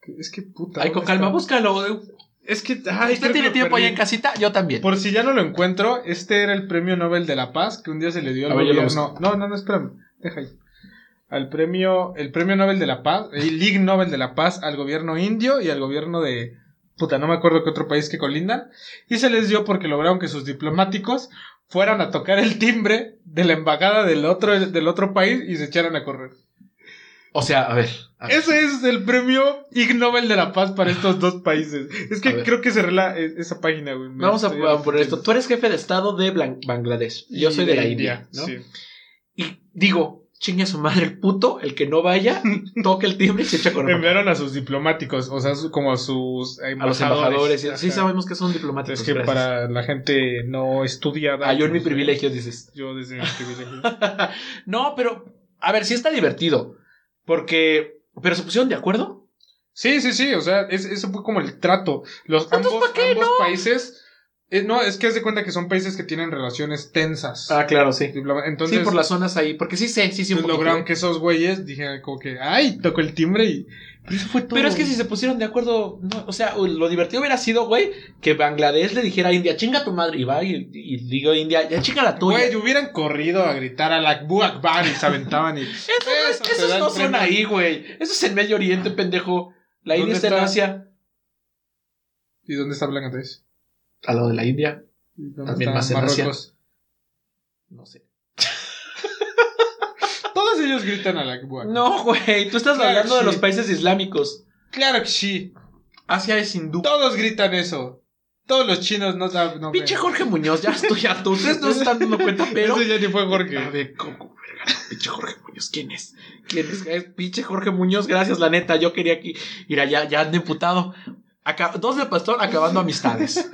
[SPEAKER 1] que- Es que puta.
[SPEAKER 2] Ay,
[SPEAKER 1] ¿dónde
[SPEAKER 2] con calma,
[SPEAKER 1] está?
[SPEAKER 2] búscalo.
[SPEAKER 1] Es que. Ay, creo
[SPEAKER 2] Usted
[SPEAKER 1] que
[SPEAKER 2] tiene
[SPEAKER 1] lo
[SPEAKER 2] tiempo
[SPEAKER 1] perdí.
[SPEAKER 2] allá en casita, yo también.
[SPEAKER 1] Por si ya no lo encuentro, este era el premio Nobel de la Paz que un día se le dio al
[SPEAKER 2] A ver, yo lo
[SPEAKER 1] gobierno. No, no, no, espérame, deja ahí. Al premio, el premio Nobel de la Paz, el Ig Nobel de la Paz al gobierno indio y al gobierno de, puta, no me acuerdo qué otro país que colindan. Y se les dio porque lograron que sus diplomáticos fueran a tocar el timbre de la embajada del otro, del otro país y se echaran a correr.
[SPEAKER 2] O sea, a ver. Ah, a ver.
[SPEAKER 1] Ese es el premio Ig Nobel de la Paz para estos dos países. Es
[SPEAKER 2] A
[SPEAKER 1] que
[SPEAKER 2] ver.
[SPEAKER 1] creo que cerré la- e- esa página, güey. Me
[SPEAKER 2] Vamos a,
[SPEAKER 1] estoy
[SPEAKER 2] a poner esto.
[SPEAKER 1] arrepintiendo.
[SPEAKER 2] Tú eres jefe de estado de Blan- Bangladesh. Yo
[SPEAKER 1] Y
[SPEAKER 2] soy de, la India, ¿no?
[SPEAKER 1] sí.
[SPEAKER 2] Y digo, chingue a su madre el puto, el que no vaya, toque el timbre y se echa con
[SPEAKER 1] Enviaron a sus diplomáticos, o sea, su- como a sus
[SPEAKER 2] a los embajadores.
[SPEAKER 1] Ajá.
[SPEAKER 2] Sí sabemos que son diplomáticos.
[SPEAKER 1] Es que
[SPEAKER 2] gracias.
[SPEAKER 1] para la gente no estudiada.
[SPEAKER 2] Ah, yo en mi
[SPEAKER 1] pues,
[SPEAKER 2] privilegio dices.
[SPEAKER 1] Yo desde mi privilegio.
[SPEAKER 2] no, pero a ver, sí está divertido. Porque. ¿Pero se pusieron de acuerdo?
[SPEAKER 1] sí, sí, sí, o sea, es- eso fue como el trato. Los
[SPEAKER 2] Entonces,
[SPEAKER 1] ambos,
[SPEAKER 2] ¿pa' qué,
[SPEAKER 1] ambos países. eh, no, es que haz de cuenta que son países que tienen relaciones tensas.
[SPEAKER 2] claro, sí.
[SPEAKER 1] Diploma- Entonces,
[SPEAKER 2] Ah. sí, por las zonas ahí. Porque sí sé, sí, sí. un
[SPEAKER 1] pues,
[SPEAKER 2] poquito.
[SPEAKER 1] lograron que esos güeyes dijeran como que, ay, tocó el timbre y... Pero eso fue todo.
[SPEAKER 2] Pero es que si se pusieron de acuerdo, no, o sea, lo divertido hubiera sido, güey, que Bangladesh le dijera a India, chinga tu madre, y va y, y digo India, ya chinga la tuya.
[SPEAKER 1] Güey, hubieran corrido a gritar a la Akbar y se aventaban y...
[SPEAKER 2] Eso no es-
[SPEAKER 1] eso te
[SPEAKER 2] esos
[SPEAKER 1] da
[SPEAKER 2] no
[SPEAKER 1] el
[SPEAKER 2] son
[SPEAKER 1] premio.
[SPEAKER 2] ahí, güey. Eso es en Medio Oriente, pendejo. La India
[SPEAKER 1] ¿Dónde
[SPEAKER 2] está, en
[SPEAKER 1] está?
[SPEAKER 2] Asia.
[SPEAKER 1] ¿Y dónde está Bangladesh?
[SPEAKER 2] Al lado de la India.
[SPEAKER 1] ¿Y dónde
[SPEAKER 2] También
[SPEAKER 1] está
[SPEAKER 2] más en Asia. No sé.
[SPEAKER 1] Todos ellos gritan a la Akbar.
[SPEAKER 2] No, güey, tú estás
[SPEAKER 1] Claro
[SPEAKER 2] hablando de
[SPEAKER 1] que
[SPEAKER 2] los
[SPEAKER 1] sí.
[SPEAKER 2] países islámicos.
[SPEAKER 1] Claro que sí.
[SPEAKER 2] Asia es hindú.
[SPEAKER 1] Todos gritan eso. Todos los chinos no saben. No,
[SPEAKER 2] Pinche Jorge Muñoz, ya estoy harto. Ustedes no se están dando cuenta, pero.
[SPEAKER 1] Eso ya ni fue
[SPEAKER 2] A
[SPEAKER 1] Jorge.
[SPEAKER 2] ver, ¿cómo, verga? Pinche Jorge Muñoz, ¿quién es? ¿Quién es? Es Pinche Jorge Muñoz, gracias, la neta. Yo quería aquí. Mira, ya, ya han diputado. Aca- Dos de pastor acabando amistades.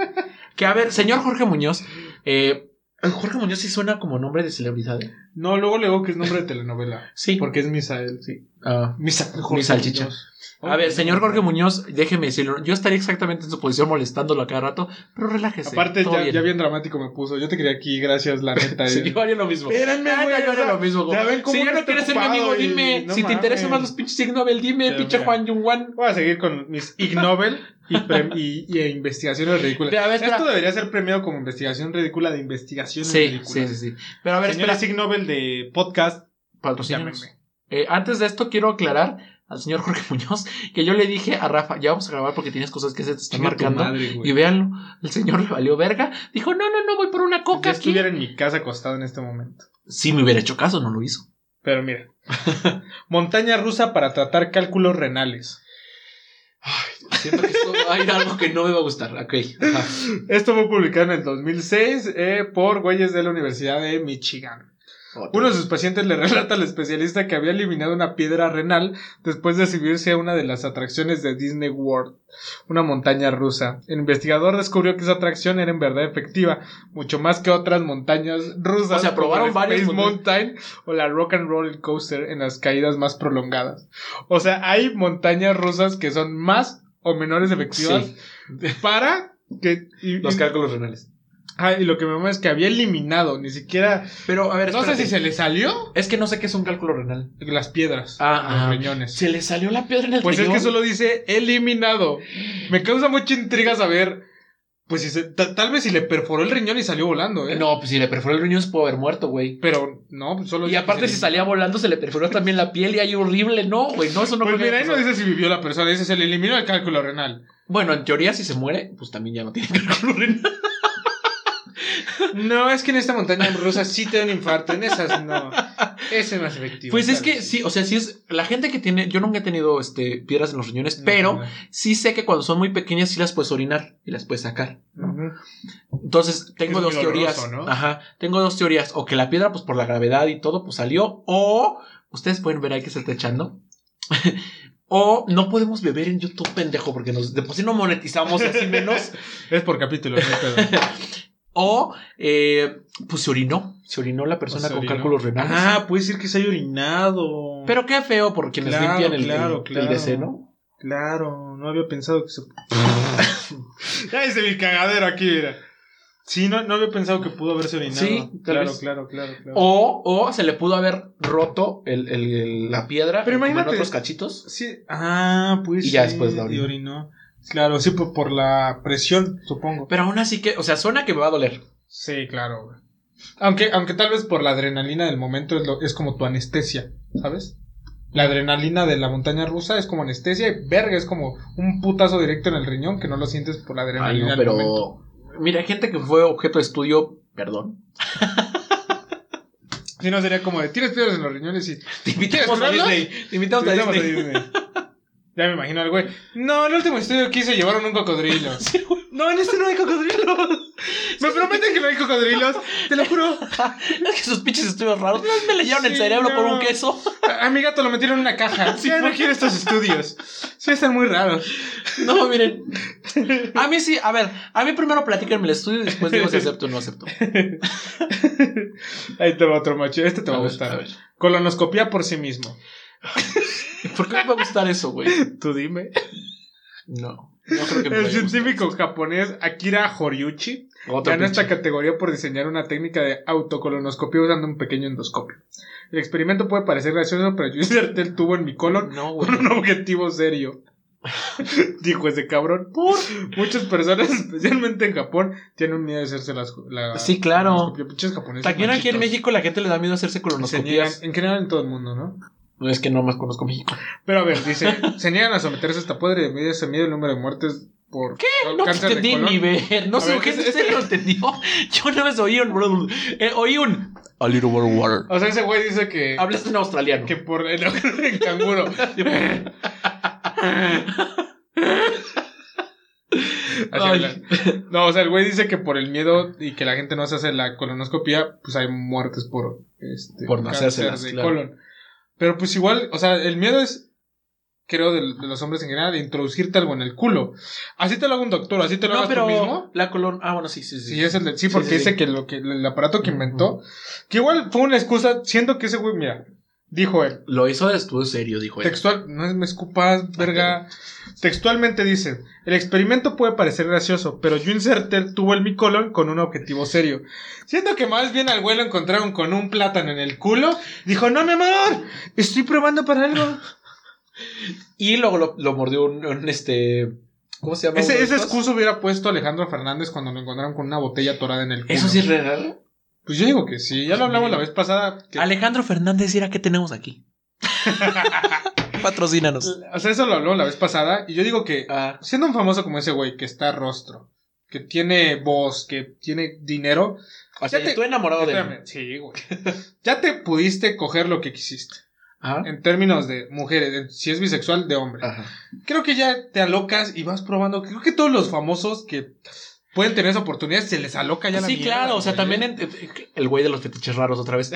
[SPEAKER 2] Que a ver, señor Jorge Muñoz, eh, Jorge Muñoz sí suena como nombre de celebridad. ¿eh?
[SPEAKER 1] No, luego le digo que es nombre de telenovela.
[SPEAKER 2] Sí.
[SPEAKER 1] Porque es Misael, sí.
[SPEAKER 2] Ah.
[SPEAKER 1] Misael
[SPEAKER 2] Mi salchicha.
[SPEAKER 1] Muñoz.
[SPEAKER 2] a ver, señor Jorge Muñoz, déjeme decirlo. Yo estaría exactamente en su posición molestándolo a cada rato, pero relájese.
[SPEAKER 1] Aparte,
[SPEAKER 2] todo
[SPEAKER 1] ya,
[SPEAKER 2] bien.
[SPEAKER 1] ya bien dramático me puso. Yo te quería aquí, gracias, la neta.
[SPEAKER 2] Sí,
[SPEAKER 1] eh.
[SPEAKER 2] yo haría lo mismo.
[SPEAKER 1] Espérenme,
[SPEAKER 2] Ah,
[SPEAKER 1] güey,
[SPEAKER 2] yo
[SPEAKER 1] o
[SPEAKER 2] haría
[SPEAKER 1] sea,
[SPEAKER 2] lo mismo, güey.
[SPEAKER 1] ya ven cómo
[SPEAKER 2] Si ya
[SPEAKER 1] uno
[SPEAKER 2] no
[SPEAKER 1] está
[SPEAKER 2] quieres ser mi amigo,
[SPEAKER 1] ocupado y
[SPEAKER 2] dime.
[SPEAKER 1] no
[SPEAKER 2] si te
[SPEAKER 1] mames.
[SPEAKER 2] interesan más los pinches Ig Nobel, dime,
[SPEAKER 1] Ya,
[SPEAKER 2] pinche
[SPEAKER 1] mira.
[SPEAKER 2] Juan Yung Wan.
[SPEAKER 1] Voy a seguir con mis Ig Nobel y, pre- y- y e investigaciones ridículas.
[SPEAKER 2] Pero a ver, espera.
[SPEAKER 1] Esto debería ser premiado como investigación ridícula de investigaciones
[SPEAKER 2] Sí,
[SPEAKER 1] ridículas.
[SPEAKER 2] sí, sí, sí. Pero a ver,
[SPEAKER 1] Señores
[SPEAKER 2] espera.
[SPEAKER 1] Ig Nobel de podcast,
[SPEAKER 2] Patrocínanos.
[SPEAKER 1] llámenme.
[SPEAKER 2] Eh, antes de esto, quiero aclarar al señor Jorge Muñoz que yo le dije a Rafa, ya vamos a grabar porque tienes cosas que se te están
[SPEAKER 1] Chinga tu
[SPEAKER 2] marcando.
[SPEAKER 1] madre, güey.
[SPEAKER 2] y véanlo, el señor le valió verga. Dijo, no, no, no, voy por una
[SPEAKER 1] Ya
[SPEAKER 2] coca aquí.
[SPEAKER 1] estuviera en mi casa acostado en este momento.
[SPEAKER 2] Sí, me hubiera hecho caso, no lo hizo.
[SPEAKER 1] Pero mira. Montaña rusa para tratar cálculos renales.
[SPEAKER 2] Siento que esto va a ir algo que no me va a gustar. Ok. ajá.
[SPEAKER 1] Esto fue publicado en el 2006 eh, por güeyes de la Universidad de Michigan. Uno de sus pacientes le relata al especialista que había eliminado una piedra renal después de subirse a una de las atracciones de Disney World, una montaña rusa. El investigador descubrió que esa atracción era en verdad efectiva, mucho más que otras montañas rusas.
[SPEAKER 2] O sea,
[SPEAKER 1] como
[SPEAKER 2] probaron
[SPEAKER 1] la
[SPEAKER 2] varias
[SPEAKER 1] Space
[SPEAKER 2] montañas.
[SPEAKER 1] Mountain o la Rock and Roll Coaster en las caídas más prolongadas. O sea, hay montañas rusas que son más o menores efectivas
[SPEAKER 2] Sí,
[SPEAKER 1] para que y-
[SPEAKER 2] los
[SPEAKER 1] y-
[SPEAKER 2] cálculos renales.
[SPEAKER 1] Ah, y lo que me mama es que había eliminado, ni siquiera
[SPEAKER 2] Pero, a ver,
[SPEAKER 1] no sé
[SPEAKER 2] espérate.
[SPEAKER 1] si se le salió
[SPEAKER 2] Es que no sé qué es un cálculo renal.
[SPEAKER 1] las piedras,
[SPEAKER 2] Ah, ah.
[SPEAKER 1] los riñones.
[SPEAKER 2] Se le salió la piedra en el
[SPEAKER 1] Pues es que
[SPEAKER 2] riñón.
[SPEAKER 1] solo dice eliminado. Me causa mucha intriga saber. Pues si se- ta- tal vez si le perforó el riñón y salió volando, ¿eh?
[SPEAKER 2] No, pues si le perforó el riñón se puede haber muerto, güey.
[SPEAKER 1] Pero no, pues solo
[SPEAKER 2] Y
[SPEAKER 1] dice que
[SPEAKER 2] aparte
[SPEAKER 1] se-
[SPEAKER 2] si salía volando se le perforó también la piel y ahí horrible. No, güey, no, eso no
[SPEAKER 1] Pues
[SPEAKER 2] creo que
[SPEAKER 1] mira,
[SPEAKER 2] haya
[SPEAKER 1] ahí no
[SPEAKER 2] pasado.
[SPEAKER 1] dice si vivió la persona, dice se le eliminó el cálculo renal.
[SPEAKER 2] Bueno, en teoría si se muere, pues también ya no tiene cálculo renal.
[SPEAKER 1] No, es que en esta montaña rusa sí te dan infarto, en esas no. Ese no es efectivo.
[SPEAKER 2] Pues es
[SPEAKER 1] tal
[SPEAKER 2] que
[SPEAKER 1] vez.
[SPEAKER 2] sí, o sea, sí es la gente que tiene, yo nunca he tenido este piedras en los riñones,
[SPEAKER 1] No,
[SPEAKER 2] pero
[SPEAKER 1] no.
[SPEAKER 2] sí sé que cuando son muy pequeñas sí las puedes orinar y las puedes sacar.
[SPEAKER 1] Ujú.
[SPEAKER 2] Entonces, tengo
[SPEAKER 1] Es
[SPEAKER 2] dos
[SPEAKER 1] muy doloroso,
[SPEAKER 2] teorías.
[SPEAKER 1] ¿no?
[SPEAKER 2] Ajá, tengo dos teorías o que la piedra pues por la gravedad y todo pues salió o ustedes pueden ver ahí que se está echando. O no podemos beber en YouTube, pendejo, porque nos, de por sí no monetizamos así menos.
[SPEAKER 1] Es por capítulo, no hay pedo.
[SPEAKER 2] O, eh, pues se orinó. Se orinó la
[SPEAKER 1] se
[SPEAKER 2] persona con
[SPEAKER 1] orinó.
[SPEAKER 2] cálculos renales.
[SPEAKER 3] Ah, puede ser que se haya orinado.
[SPEAKER 2] Pero qué feo por quienes
[SPEAKER 3] Claro,
[SPEAKER 2] limpian el,
[SPEAKER 3] claro,
[SPEAKER 2] el- el
[SPEAKER 3] claro.
[SPEAKER 2] DC, ¿no?
[SPEAKER 3] Claro, no había pensado que se.
[SPEAKER 1] Ya hice mi cagadero aquí, mira.
[SPEAKER 3] Sí, no, no había pensado que pudo haberse orinado.
[SPEAKER 2] Sí, tal
[SPEAKER 3] claro,
[SPEAKER 2] vez.
[SPEAKER 3] claro, claro, claro.
[SPEAKER 2] O, o se le pudo haber roto el- el- el- la piedra
[SPEAKER 3] Pero
[SPEAKER 2] como en
[SPEAKER 3] imagínate-
[SPEAKER 2] otros cachitos.
[SPEAKER 3] Sí, ah, pues.
[SPEAKER 2] Y ya
[SPEAKER 3] sí,
[SPEAKER 2] después la orinó.
[SPEAKER 3] y orinó. Claro, sí, por, por la presión, supongo.
[SPEAKER 2] Pero aún así que, o sea, suena que me va a doler.
[SPEAKER 1] Sí, claro, güey.
[SPEAKER 3] Aunque, aunque tal vez por la adrenalina del momento es, lo- es como tu anestesia, ¿sabes?
[SPEAKER 1] La adrenalina de la montaña rusa es como anestesia y verga, es como un putazo directo en el riñón que no lo sientes por la
[SPEAKER 2] Ay,
[SPEAKER 1] adrenalina
[SPEAKER 2] no,
[SPEAKER 1] del momento.
[SPEAKER 2] pero. Mira, hay gente que fue objeto de estudio, perdón.
[SPEAKER 1] Si no sería como de tienes piedras en los riñones y
[SPEAKER 2] Te invitamos a
[SPEAKER 1] ¿Explorarlo?
[SPEAKER 2] Disney. Te invitamos a
[SPEAKER 1] Te invitamos a
[SPEAKER 2] Disney.
[SPEAKER 1] Disney. Ya me imagino al güey. No, el último estudio que hice llevaron un cocodrilo.
[SPEAKER 3] No, en este no hay cocodrilo.
[SPEAKER 1] Me prometen que no hay cocodrilos, te lo juro.
[SPEAKER 2] Es que sus pinches estudios raros. ¿No me leyeron el
[SPEAKER 1] Sí,
[SPEAKER 2] cerebro con
[SPEAKER 1] no.
[SPEAKER 2] un queso?
[SPEAKER 1] A, a mi gato lo metieron en una caja.
[SPEAKER 2] Sí,
[SPEAKER 1] ya no
[SPEAKER 2] ¿no?
[SPEAKER 1] quiero estos estudios. Sí, están muy raros.
[SPEAKER 2] No, miren. A mí sí, a ver, a mí primero platíquenme el estudio y después digo si acepto o no acepto.
[SPEAKER 1] Ahí te va otro macho. Este te va a,
[SPEAKER 2] ver,
[SPEAKER 1] gustar.
[SPEAKER 2] ver.
[SPEAKER 1] Colonoscopía por sí mismo.
[SPEAKER 2] ¿Por qué me va a gustar eso, güey?
[SPEAKER 1] Tú dime.
[SPEAKER 2] No. No creo que me
[SPEAKER 1] El
[SPEAKER 2] vaya a gustar.
[SPEAKER 1] científico japonés Akira Horiuchi
[SPEAKER 2] Otro
[SPEAKER 1] ganó
[SPEAKER 2] pinche.
[SPEAKER 1] esta categoría por diseñar una técnica de autocolonoscopía usando un pequeño endoscopio. El experimento puede parecer gracioso, pero yo inserté el tubo en mi colon
[SPEAKER 2] No, güey.
[SPEAKER 1] con un objetivo serio. Dijo ese cabrón. Muchas personas, especialmente en Japón, tienen miedo de hacerse las. La,
[SPEAKER 2] Sí, claro.
[SPEAKER 1] colonoscopia. Pinches japoneses
[SPEAKER 2] También aquí en
[SPEAKER 1] manchitos.
[SPEAKER 2] México la gente le da miedo hacerse
[SPEAKER 1] Se niegan,
[SPEAKER 2] colonoscopías.
[SPEAKER 1] en general en todo el mundo, ¿no?
[SPEAKER 2] No es que no más conozco México.
[SPEAKER 1] Pero a ver, dice, se niegan a someterse a esta podre de medidas a miedo el número de muertes por
[SPEAKER 2] No pues, te
[SPEAKER 1] cáncer de
[SPEAKER 2] entendí
[SPEAKER 1] colon.
[SPEAKER 2] ni ver. No
[SPEAKER 1] A
[SPEAKER 2] sé,
[SPEAKER 1] ver,
[SPEAKER 2] gente,
[SPEAKER 1] es- es-
[SPEAKER 2] ¿usted lo entendió? Yo una vez oí un... eh, oí un... A little bit of water.
[SPEAKER 1] O sea, ese güey dice que,
[SPEAKER 2] Hablaste en australiano.
[SPEAKER 1] que por el el canguro. Así
[SPEAKER 2] Ay.
[SPEAKER 1] habla. No, o sea, el güey dice que por el miedo y que la gente no se hace la colonoscopia, pues hay muertes por este
[SPEAKER 2] Por no hacérselas,
[SPEAKER 1] de
[SPEAKER 2] claro.
[SPEAKER 1] colon. Pero pues igual, o sea, el miedo es creo de, de los hombres en general de introducirte algo en el culo. Así te lo haga un doctor, así te lo
[SPEAKER 2] No,
[SPEAKER 1] hagas tú mismo.
[SPEAKER 2] pero la colon... Ah, bueno, sí, sí, sí.
[SPEAKER 1] Sí, es el de- sí,
[SPEAKER 2] Sí,
[SPEAKER 1] porque
[SPEAKER 2] sí,
[SPEAKER 1] dice
[SPEAKER 2] sí.
[SPEAKER 1] que lo que el aparato que inventó, que igual fue una excusa, siento que ese güey, mira, dijo él,
[SPEAKER 2] Lo hizo de estudio serio, dijo él.
[SPEAKER 1] Textual, no es- me escupas, verga. Textualmente dice, el experimento puede parecer gracioso, pero yo inserté el tubo en mi colon con un objetivo serio. Siento que más bien al güey lo encontraron con un plátano en el culo. Dijo, no, mi amor, estoy probando para algo.
[SPEAKER 2] Y luego lo, lo mordió un, un, este. ¿Cómo se llama?
[SPEAKER 1] Ese,
[SPEAKER 2] Uno de
[SPEAKER 1] esa
[SPEAKER 2] estos.
[SPEAKER 1] excusa hubiera puesto Alejandro Fernández cuando lo encontraron con una botella atorada en el culo.
[SPEAKER 2] Eso sí es re raro.
[SPEAKER 1] Pues yo digo que sí, ya lo hablamos la vez pasada. que-
[SPEAKER 2] Alejandro Fernández, ¿era qué tenemos aquí? Patrocínanos.
[SPEAKER 1] o sea, eso lo hablamos la vez pasada y yo digo que
[SPEAKER 2] Ah,
[SPEAKER 1] siendo un famoso como ese güey que está rostro, que tiene voz, que tiene dinero,
[SPEAKER 2] o sea,
[SPEAKER 1] Ya te-
[SPEAKER 2] estoy enamorado de él.
[SPEAKER 1] espérame, sí, güey. Ya te pudiste coger lo que quisiste.
[SPEAKER 2] Ajá.
[SPEAKER 1] En términos de mujeres, de- si es bisexual, de hombre.
[SPEAKER 2] Ajá.
[SPEAKER 1] Creo que ya te alocas y vas probando. Creo que todos los famosos que pueden tener esa oportunidad se les aloca ya la
[SPEAKER 2] Sí,
[SPEAKER 1] mierda,
[SPEAKER 2] claro, o sea,
[SPEAKER 1] güey.
[SPEAKER 2] también en- eh, el güey de los fetiches raros otra vez.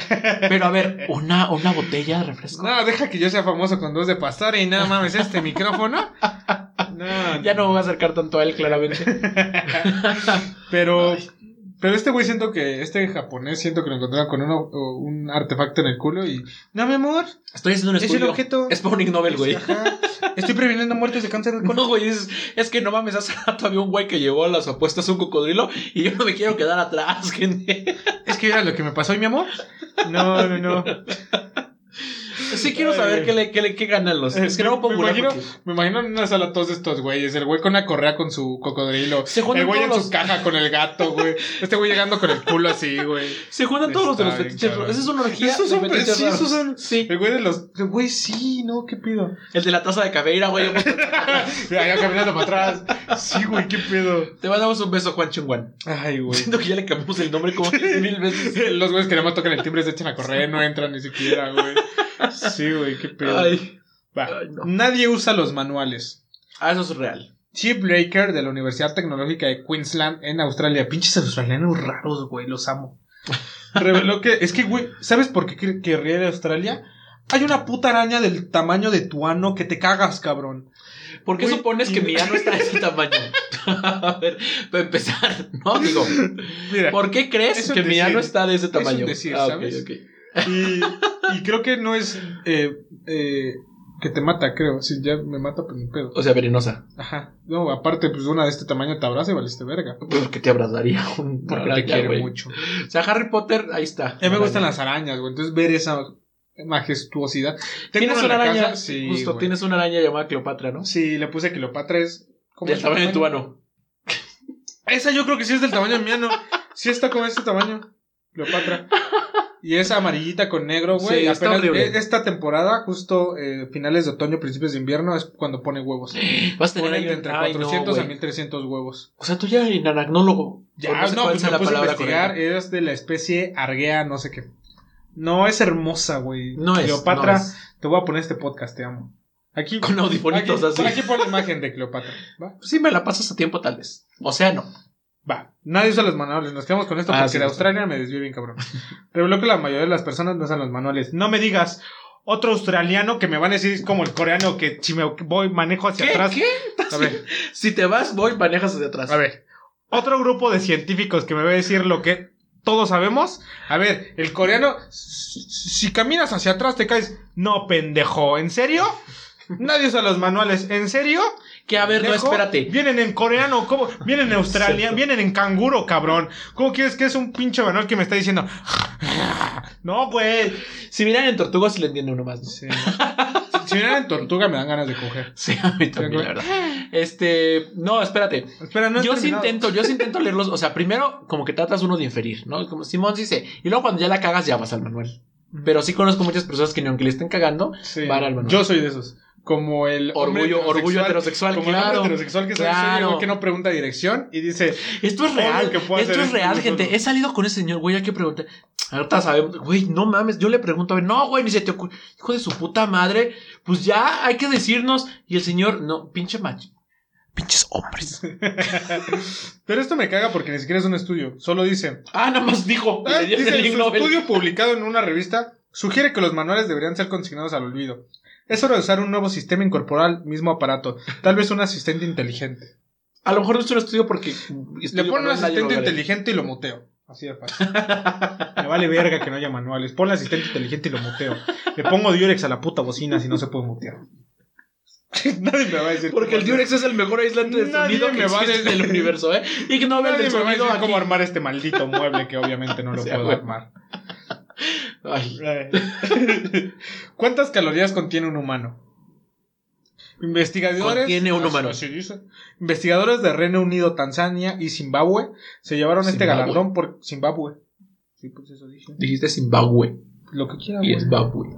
[SPEAKER 2] Pero a ver, una, una botella de refresco.
[SPEAKER 1] No, deja que yo sea famoso con dos de pastor y nada mames este micrófono. No,
[SPEAKER 2] Ya no me voy a acercar tanto a él, claramente.
[SPEAKER 1] Pero,
[SPEAKER 2] Ay.
[SPEAKER 1] pero este güey siento que, este japonés siento que lo encontraron con uno- o un artefacto en el culo y... No, mi amor,
[SPEAKER 2] Estoy haciendo un
[SPEAKER 1] es el
[SPEAKER 2] estudio.
[SPEAKER 1] objeto.
[SPEAKER 2] Es Spawning Novel, güey.
[SPEAKER 1] Ajá. Estoy previniendo muertes de cáncer de colon.
[SPEAKER 2] No, güey, es, es que no mames, hace rato había un güey que llevó a las apuestas un cocodrilo y yo no me quiero quedar atrás, gente.
[SPEAKER 1] Es que era lo que me pasó, ¿y mi amor? No, no, no.
[SPEAKER 2] Sí quiero
[SPEAKER 1] Ay,
[SPEAKER 2] saber
[SPEAKER 1] güey.
[SPEAKER 2] qué, le, qué, le, qué ganan los... Es que no me puedo
[SPEAKER 1] me
[SPEAKER 2] burlar
[SPEAKER 1] imagino,
[SPEAKER 2] porque-
[SPEAKER 1] me imagino en una sala todos estos güeyes. El güey con la correa con su cocodrilo.
[SPEAKER 2] Se juntan
[SPEAKER 1] El güey en
[SPEAKER 2] todos
[SPEAKER 1] su
[SPEAKER 2] los-
[SPEAKER 1] caja con el gato, güey. Este güey llegando con el culo así, güey.
[SPEAKER 2] Se juntan todos los de los
[SPEAKER 1] Está bien,
[SPEAKER 2] fetiches
[SPEAKER 1] cabrón.
[SPEAKER 2] raros. Esa es una orgía
[SPEAKER 1] Esos
[SPEAKER 2] de
[SPEAKER 1] son
[SPEAKER 2] fetiches raros.
[SPEAKER 1] precisos, son...
[SPEAKER 2] Sí,
[SPEAKER 1] El güey de los... Güey, sí, no, ¿qué pido?
[SPEAKER 2] el de la taza de caveira, güey.
[SPEAKER 1] Mira, ya caminando para atrás. Sí, güey, ¿qué pedo?
[SPEAKER 2] Te mandamos un beso, Juan Chunguan.
[SPEAKER 1] Ay, güey.
[SPEAKER 2] Siento que ya le cambiamos el nombre como 15 mil veces.
[SPEAKER 1] Los güeyes que nada más tocan el timbre se echan a correr, no entran ni siquiera, güey. Sí, güey, qué pedo.
[SPEAKER 2] Ay.
[SPEAKER 1] Va.
[SPEAKER 2] ay, no.
[SPEAKER 1] Nadie usa los manuales.
[SPEAKER 2] Ah, eso es real.
[SPEAKER 1] Chip Breaker de la Universidad Tecnológica de Queensland en Australia. Pinches australianos raros, güey, los amo. Reveló que, es que, güey, ¿sabes por qué quer- querría ir a Australia? Hay una puta araña del tamaño de tu ano que te cagas, cabrón.
[SPEAKER 2] ¿Por qué
[SPEAKER 1] Güey,
[SPEAKER 2] supones
[SPEAKER 1] y-
[SPEAKER 2] que mi ano está de ese tamaño? A ver, para empezar, no digo.
[SPEAKER 1] Mira,
[SPEAKER 2] ¿Por qué
[SPEAKER 1] Es
[SPEAKER 2] crees
[SPEAKER 1] un
[SPEAKER 2] que mi
[SPEAKER 1] decir.
[SPEAKER 2] ano está de ese
[SPEAKER 1] un
[SPEAKER 2] tamaño?
[SPEAKER 1] decir,
[SPEAKER 2] Ah, ok,
[SPEAKER 1] ¿sabes?
[SPEAKER 2] ok.
[SPEAKER 1] y, y creo que no es eh, eh, que te mata, creo. Si ya me mata, pues mi pedo.
[SPEAKER 2] O sea, venenosa.
[SPEAKER 1] Ajá. No, aparte, pues una de este tamaño te abraza y valiste verga.
[SPEAKER 2] Porque pues, te abrazaría un
[SPEAKER 1] Porque
[SPEAKER 2] araña,
[SPEAKER 1] te quiere
[SPEAKER 2] güey.
[SPEAKER 1] mucho.
[SPEAKER 2] O sea, Harry Potter, ahí está.
[SPEAKER 1] Ya me gustan
[SPEAKER 2] Araña.
[SPEAKER 1] las arañas, güey. Entonces ver esa majestuosidad. Tengo
[SPEAKER 2] Tienes
[SPEAKER 1] en
[SPEAKER 2] una
[SPEAKER 1] la
[SPEAKER 2] araña.
[SPEAKER 1] casa- sí,
[SPEAKER 2] Justo,
[SPEAKER 1] güey.
[SPEAKER 2] tienes una araña llamada Cleopatra, ¿no?
[SPEAKER 1] Sí, le puse Cleopatra es... ¿cómo
[SPEAKER 2] Del
[SPEAKER 1] es?
[SPEAKER 2] tamaño de tu ano.
[SPEAKER 1] Esa yo creo que sí es del tamaño de mi ano. Sí está como este tamaño. Cleopatra. Y es amarillita con negro, güey.
[SPEAKER 2] Sí, está
[SPEAKER 1] Apenas
[SPEAKER 2] horrible.
[SPEAKER 1] e- esta temporada, justo eh, finales de otoño, principios de invierno, es cuando pone huevos.
[SPEAKER 2] Vas a tener
[SPEAKER 1] Pone
[SPEAKER 2] ahí
[SPEAKER 1] de
[SPEAKER 2] un-
[SPEAKER 1] entre
[SPEAKER 2] Ay, no,
[SPEAKER 1] 400 a
[SPEAKER 2] güey.
[SPEAKER 1] 1300 huevos.
[SPEAKER 2] O sea, tú ya en anagnólogo. O
[SPEAKER 1] Ya,
[SPEAKER 2] sé
[SPEAKER 1] no,
[SPEAKER 2] cuál
[SPEAKER 1] pues
[SPEAKER 2] sea
[SPEAKER 1] me puse a
[SPEAKER 2] correcta.
[SPEAKER 1] investigar. Es de la especie Argea, no sé qué. No, es hermosa, güey.
[SPEAKER 2] No es.
[SPEAKER 1] Cleopatra,
[SPEAKER 2] no es.
[SPEAKER 1] te voy a poner este podcast, te amo. Aquí,
[SPEAKER 2] Con
[SPEAKER 1] aquí,
[SPEAKER 2] audifonitos así.
[SPEAKER 1] aquí pon la imagen de Cleopatra. ¿va?
[SPEAKER 2] Pues Sí, me la pasas a tiempo, tal vez. O sea, no.
[SPEAKER 1] Va, nadie usa los manuales, nos quedamos con esto
[SPEAKER 2] Ah,
[SPEAKER 1] porque
[SPEAKER 2] sí,
[SPEAKER 1] de
[SPEAKER 2] sí.
[SPEAKER 1] Australia me desvió bien cabrón. Reveló que la mayoría de las personas no usan los manuales. No me digas otro australiano que me van a decir es como el coreano que si me voy manejo hacia
[SPEAKER 2] ¿Qué?
[SPEAKER 1] atrás.
[SPEAKER 2] ¿Qué?
[SPEAKER 1] A ver,
[SPEAKER 2] Si te vas, voy, manejas hacia atrás.
[SPEAKER 1] a ver. Otro grupo de científicos que me va a decir lo que todos sabemos. A ver, el coreano si si caminas hacia atrás te caes. No, pendejo, ¿en serio? Nadie usa los manuales, ¿en serio?
[SPEAKER 2] Que a ver, no,
[SPEAKER 1] Pendejo,
[SPEAKER 2] espérate.
[SPEAKER 1] Vienen en coreano, ¿cómo? Vienen en australiano,
[SPEAKER 2] Cierto.
[SPEAKER 1] vienen en canguro, cabrón. ¿Cómo quieres que es un pinche manual que me está diciendo? No, pues. güey.
[SPEAKER 2] Si miran en tortugas, le entiende uno más. ¿no?
[SPEAKER 1] Sí. Si vienen en tortuga me dan ganas de coger.
[SPEAKER 2] Sí, a mí también, la verdad. Este, no, espérate.
[SPEAKER 1] Espera, no he
[SPEAKER 2] yo sí
[SPEAKER 1] terminado.
[SPEAKER 2] intento, yo sí intento leerlos. O sea, primero, como que tratas uno de inferir, ¿no? Como Simón dice. Y luego cuando ya la cagas, ya vas al manual. Pero sí conozco muchas personas que ni aunque le estén cagando,
[SPEAKER 1] Sí.
[SPEAKER 2] van al manual.
[SPEAKER 1] Yo soy de esos. Como el hombre
[SPEAKER 2] orgullo, orgullo heterosexual,
[SPEAKER 1] Como el
[SPEAKER 2] claro.
[SPEAKER 1] hombre heterosexual que soy, soy
[SPEAKER 2] claro.
[SPEAKER 1] el güey que no pregunta dirección y dice,
[SPEAKER 2] Esto es
[SPEAKER 1] Obvio
[SPEAKER 2] real.
[SPEAKER 1] que
[SPEAKER 2] Esto
[SPEAKER 1] puedo hacer
[SPEAKER 2] es
[SPEAKER 1] esto
[SPEAKER 2] real,
[SPEAKER 1] yo
[SPEAKER 2] gente.
[SPEAKER 1] solo.
[SPEAKER 2] He salido con ese señor, güey. Hay que preguntar. Ahorita sabemos. Güey, no mames. Yo le pregunto, a ver, no, güey, ni se te ocurre. Hijo de su puta madre. Pues ya hay que decirnos. Y el señor, no, pinche macho. Pinches hombres.
[SPEAKER 1] pero esto me caga porque ni siquiera es un estudio. Solo dice,
[SPEAKER 2] Ah, nada más dijo.
[SPEAKER 1] Ah,
[SPEAKER 2] Le dieron
[SPEAKER 1] dice,
[SPEAKER 2] el Ig
[SPEAKER 1] su
[SPEAKER 2] Nobel.
[SPEAKER 1] estudio publicado en una revista sugiere que los manuales deberían ser consignados al olvido. Es hora de usar un nuevo sistema incorporal, mismo aparato. Tal vez un asistente inteligente.
[SPEAKER 2] A lo mejor no es un estudio porque.
[SPEAKER 1] Le
[SPEAKER 2] estudio
[SPEAKER 1] pongo un
[SPEAKER 2] manual, nadie lo
[SPEAKER 1] asistente
[SPEAKER 2] va a ver.
[SPEAKER 1] inteligente y lo muteo. Así de fácil. Me vale verga que no haya manuales. Ponle asistente inteligente y lo muteo. Le pongo Durex a la puta bocina si no se puede mutear. Nadie me va a decir.
[SPEAKER 2] Porque
[SPEAKER 1] cómo
[SPEAKER 2] el Durex es el mejor aislante de
[SPEAKER 1] Nadie
[SPEAKER 2] sonido que
[SPEAKER 1] me va a
[SPEAKER 2] existe en
[SPEAKER 1] decir-
[SPEAKER 2] el universo, ¿eh? Ig Nobel
[SPEAKER 1] Nadie
[SPEAKER 2] del
[SPEAKER 1] me va a
[SPEAKER 2] sonido
[SPEAKER 1] decir
[SPEAKER 2] aquí.
[SPEAKER 1] cómo armar este maldito mueble que obviamente no lo
[SPEAKER 2] O sea,
[SPEAKER 1] puedo
[SPEAKER 2] güey.
[SPEAKER 1] armar.
[SPEAKER 2] Ay,
[SPEAKER 1] ¿Cuántas calorías contiene un humano? Investigadores.
[SPEAKER 2] Contiene un
[SPEAKER 1] Así-
[SPEAKER 2] humano.
[SPEAKER 1] así dice. Investigadores de Reino Unido, Tanzania y Zimbabue se llevaron este
[SPEAKER 2] Zimbabue.
[SPEAKER 1] galardón por Zimbabue. Sí, pues eso dije.
[SPEAKER 2] dijiste Zimbabue
[SPEAKER 1] Lo que quiera,
[SPEAKER 2] y
[SPEAKER 1] güey.
[SPEAKER 2] es Babue.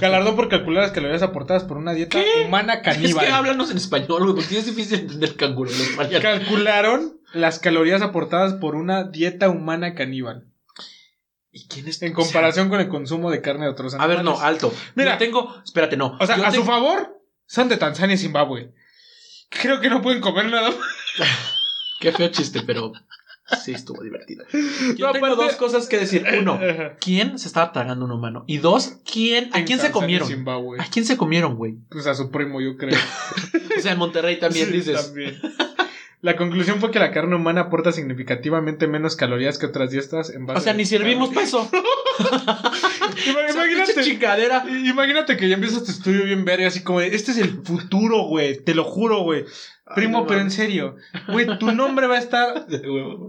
[SPEAKER 1] Galardón por calcular las calorías aportadas por una dieta humana
[SPEAKER 2] Es
[SPEAKER 1] caníbal.
[SPEAKER 2] que háblanos en español, güey, porque es difícil entender el canguro en español.
[SPEAKER 1] Calcularon las calorías aportadas por una dieta humana caníbal.
[SPEAKER 2] ¿Y quién es?
[SPEAKER 1] En
[SPEAKER 2] o sea,
[SPEAKER 1] comparación con el consumo de carne de otros
[SPEAKER 2] a
[SPEAKER 1] animales.
[SPEAKER 2] ver, no, alto.
[SPEAKER 1] Mira.
[SPEAKER 2] Mira, tengo. Espérate, no.
[SPEAKER 1] O sea,
[SPEAKER 2] Yo
[SPEAKER 1] a su
[SPEAKER 2] tengo-
[SPEAKER 1] favor, son de Tanzania y Zimbabue. Creo que no pueden comer nada.
[SPEAKER 2] Qué feo chiste, pero. Sí, estuvo divertido. Yo
[SPEAKER 1] No,
[SPEAKER 2] tengo
[SPEAKER 1] aparte- Eh,
[SPEAKER 2] dos cosas que decir. Uno,
[SPEAKER 1] ¿A
[SPEAKER 2] ¿quién se estaba tragando un humano? Y dos, ¿quién, ¿a quién se comieron?
[SPEAKER 1] Zimbabue.
[SPEAKER 2] ¿A quién se comieron, güey?
[SPEAKER 1] Pues a su primo, yo creo.
[SPEAKER 2] O sea, en Monterrey también
[SPEAKER 1] Sí,
[SPEAKER 2] dices.
[SPEAKER 1] también. La conclusión fue que la carne humana aporta significativamente menos calorías que otras dietas en base
[SPEAKER 2] O sea,
[SPEAKER 1] a-
[SPEAKER 2] ni servimos para eso.
[SPEAKER 1] Ima-
[SPEAKER 2] Imagínate.
[SPEAKER 1] Imagínate.
[SPEAKER 2] chingadera.
[SPEAKER 1] Imagínate que ya empiezas tu estudio bien verga, así como, de, este es el futuro, güey, te lo juro, güey. Primo,
[SPEAKER 2] Ay, no
[SPEAKER 1] pero en
[SPEAKER 2] mames.
[SPEAKER 1] serio, güey, tu nombre va a estar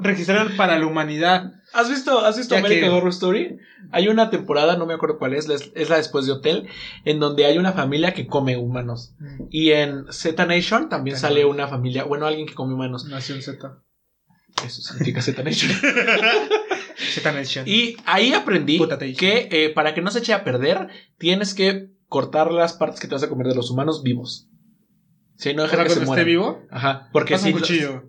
[SPEAKER 1] registrado para la humanidad.
[SPEAKER 2] ¿Has visto, has visto
[SPEAKER 1] Ya
[SPEAKER 2] American
[SPEAKER 1] que-
[SPEAKER 2] Horror Story? Hay una temporada, no me acuerdo cuál es, la- es la después de Hotel, en donde hay una familia que come humanos. Y en Z Nation también
[SPEAKER 1] Zeta
[SPEAKER 2] sale
[SPEAKER 1] Nation.
[SPEAKER 2] una familia, bueno, alguien que come humanos.
[SPEAKER 1] Nación Z.
[SPEAKER 2] Eso significa Z Nation.
[SPEAKER 1] Z Nation.
[SPEAKER 2] Y ahí aprendí
[SPEAKER 1] Puta, te dije.
[SPEAKER 2] que eh, para que no se eche a perder, tienes que cortar las partes que te vas a comer de los humanos vivos. Si no
[SPEAKER 1] O sea,
[SPEAKER 2] dejar que se
[SPEAKER 1] cuando esté
[SPEAKER 2] mueran.
[SPEAKER 1] vivo,
[SPEAKER 2] Ajá, porque
[SPEAKER 1] pasa
[SPEAKER 2] si
[SPEAKER 1] un cuchillo.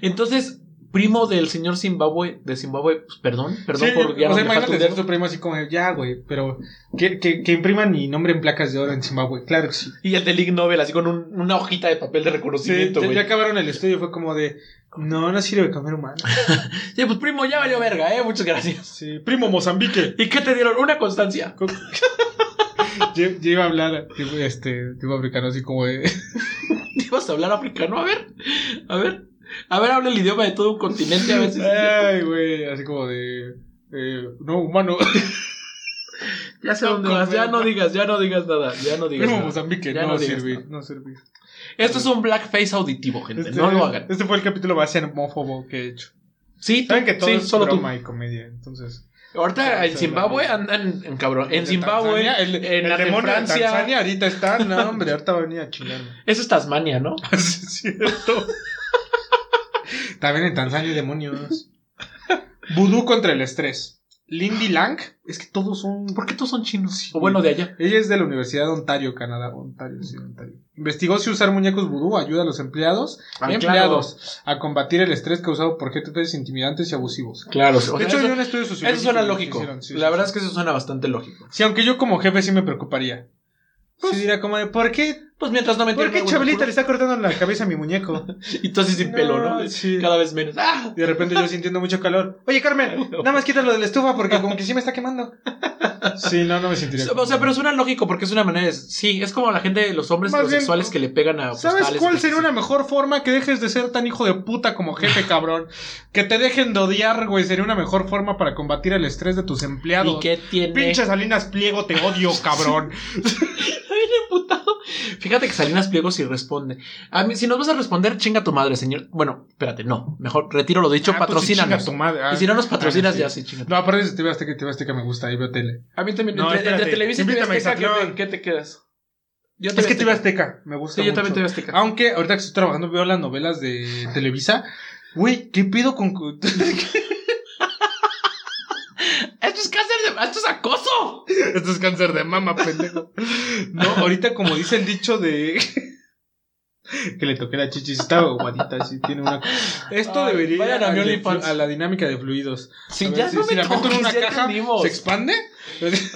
[SPEAKER 2] Entonces, primo del señor Zimbabue, de Zimbabue, pues perdón, perdón
[SPEAKER 1] Sí,
[SPEAKER 2] por
[SPEAKER 1] o sea,
[SPEAKER 2] llamarme
[SPEAKER 1] imagínate ser
[SPEAKER 2] fastuleado.
[SPEAKER 1] tu primo así como, ya, güey, pero que, que, que impriman mi nombre en placas de oro en Zimbabue, claro que sí.
[SPEAKER 2] Y el de League Nobel, así con un- una hojita de papel de
[SPEAKER 1] Sí,
[SPEAKER 2] reconocimiento,
[SPEAKER 1] ya,
[SPEAKER 2] güey.
[SPEAKER 1] ya acabaron el estudio, fue como de, no, no sirve comer humano.
[SPEAKER 2] Sí, pues primo, ya valió verga, eh, muchas gracias.
[SPEAKER 1] Sí, primo Mozambique.
[SPEAKER 2] ¿Y qué te dieron? Una constancia.
[SPEAKER 1] Co- yo, yo iba a hablar tipo, este, tipo africano así como de...
[SPEAKER 2] ¿Ibas a hablar africano? A ver, a ver. A ver, habla el idioma de todo un continente, a ver si...
[SPEAKER 1] Ay, güey, así como de... eh, no, humano.
[SPEAKER 2] Ya sé
[SPEAKER 1] No
[SPEAKER 2] dónde vas, ya
[SPEAKER 1] comer.
[SPEAKER 2] no digas, ya no digas nada, ya no digas
[SPEAKER 1] Primo
[SPEAKER 2] nada.
[SPEAKER 1] Mozambique,
[SPEAKER 2] Ya
[SPEAKER 1] no,
[SPEAKER 2] no digas
[SPEAKER 1] sirve, no sirve.
[SPEAKER 2] Esto es un blackface auditivo, gente,
[SPEAKER 1] Este,
[SPEAKER 2] no lo hagan.
[SPEAKER 1] Este fue el capítulo más xenófobo que he hecho.
[SPEAKER 2] Sí, tú-
[SPEAKER 1] Saben que todo
[SPEAKER 2] sí,
[SPEAKER 1] es
[SPEAKER 2] solo tú.
[SPEAKER 1] broma y comedia, entonces...
[SPEAKER 2] Ahorita en
[SPEAKER 1] Sí,
[SPEAKER 2] Zimbabue
[SPEAKER 1] la-
[SPEAKER 2] andan en cabrón. En
[SPEAKER 1] de
[SPEAKER 2] Zimbabue,
[SPEAKER 1] Tanzania, el,
[SPEAKER 2] en,
[SPEAKER 1] el
[SPEAKER 2] en
[SPEAKER 1] demonio de
[SPEAKER 2] Francia.
[SPEAKER 1] Tanzania ahorita está, no, hombre, ahorita va a venir a chingarme.
[SPEAKER 2] Eso es Tasmania, ¿no?
[SPEAKER 1] Sí, es cierto. También en Tanzania hay demonios. Vudú contra el estrés. Lindy Lang, es que todos son.
[SPEAKER 2] ¿Por qué todos son chinos? O
[SPEAKER 1] güey.
[SPEAKER 2] bueno, de allá.
[SPEAKER 1] Ella es de la Universidad de Ontario, Canadá. Ontario, sí, Ontario. Investigó si usar muñecos vudú ayuda a los empleados,
[SPEAKER 2] Ah,
[SPEAKER 1] empleados a combatir el estrés causado por GTPs intimidantes y abusivos.
[SPEAKER 2] Claro. o sea,
[SPEAKER 1] de hecho,
[SPEAKER 2] Pues eso,
[SPEAKER 1] hay un estudio sociológico.
[SPEAKER 2] eso suena
[SPEAKER 1] que
[SPEAKER 2] lógico.
[SPEAKER 1] hicieron, sí,
[SPEAKER 2] la
[SPEAKER 1] sí,
[SPEAKER 2] verdad
[SPEAKER 1] sí.
[SPEAKER 2] es que eso suena bastante lógico.
[SPEAKER 1] Sí, aunque yo como jefe sí me preocuparía.
[SPEAKER 2] Pues-
[SPEAKER 1] sí, diría como de, ¿por qué?
[SPEAKER 2] Pues mientras no me
[SPEAKER 1] ¿Por qué
[SPEAKER 2] entierren,
[SPEAKER 1] Chabelita
[SPEAKER 2] güey,
[SPEAKER 1] le está cortando la cabeza a mi muñeco?
[SPEAKER 2] Y tú así sin pelo, ¿no?
[SPEAKER 1] Sí.
[SPEAKER 2] Cada vez menos. ¡Ah!
[SPEAKER 1] Y de repente yo sintiendo mucho calor. Oye, Carmen, nada más quítalo de la estufa porque como que sí me está quemando. Sí, no, no me sentiría.
[SPEAKER 2] O sea, pero suena lógico porque es una manera de... Sí, es como la gente, los hombres
[SPEAKER 1] Más
[SPEAKER 2] homosexuales
[SPEAKER 1] bien,
[SPEAKER 2] que le pegan a
[SPEAKER 1] ¿Sabes
[SPEAKER 2] postales,
[SPEAKER 1] cuál
[SPEAKER 2] cosas
[SPEAKER 1] sería
[SPEAKER 2] así.
[SPEAKER 1] una mejor forma que dejes de ser tan hijo de puta como jefe, cabrón? Que te dejen de odiar, güey. Sería una mejor forma para combatir el estrés de tus empleados.
[SPEAKER 2] ¿Y qué tiene?
[SPEAKER 1] Pinche Salinas Pliego, te odio, cabrón. Ah, pues
[SPEAKER 2] Está bien emputado. Fíjate que Salinas Pliego sí responde. A mí, si nos vas a responder, chinga tu madre, señor. Bueno, espérate, no. Mejor retiro lo dicho,
[SPEAKER 1] Ah, pues sí, chinga
[SPEAKER 2] patrocínanos.
[SPEAKER 1] tu madre. Ah,
[SPEAKER 2] y si no nos patrocinas,
[SPEAKER 1] ah,
[SPEAKER 2] ya sí, chinga. tu-
[SPEAKER 1] No, aparte de TV Azteca, TV Azteca me gusta, ahí veo tele.
[SPEAKER 2] A mí también.
[SPEAKER 1] No,
[SPEAKER 2] entre,
[SPEAKER 1] espérate.
[SPEAKER 2] entre Televisa y TV
[SPEAKER 1] Invítame a
[SPEAKER 2] Azteca, ¿qué
[SPEAKER 1] Hexatlón.
[SPEAKER 2] te, qué te quedas? Yo
[SPEAKER 1] Es que TV
[SPEAKER 2] Azteca.
[SPEAKER 1] Azteca me gusta
[SPEAKER 2] Sí, yo también
[SPEAKER 1] mucho.
[SPEAKER 2] TV Azteca.
[SPEAKER 1] Aunque ahorita que estoy trabajando veo las novelas de Televisa. Güey, ¿qué pido con...
[SPEAKER 2] ¡Esto es cáncer de... ¡Esto es acoso!
[SPEAKER 1] Esto es cáncer de mama, pendejo. No, ahorita como dice el dicho de... que le toqué la chichis, está guadita, sí, tiene una... Esto
[SPEAKER 2] Ay,
[SPEAKER 1] debería ir
[SPEAKER 2] vayan a
[SPEAKER 1] al
[SPEAKER 2] mi
[SPEAKER 1] de-
[SPEAKER 2] OnlyFans.
[SPEAKER 1] a la dinámica de fluidos.
[SPEAKER 2] Sí,
[SPEAKER 1] A ver,
[SPEAKER 2] ya no me
[SPEAKER 1] la meto
[SPEAKER 2] toques,
[SPEAKER 1] en una
[SPEAKER 2] ya
[SPEAKER 1] caja,
[SPEAKER 2] entendimos.
[SPEAKER 1] ¿se expande?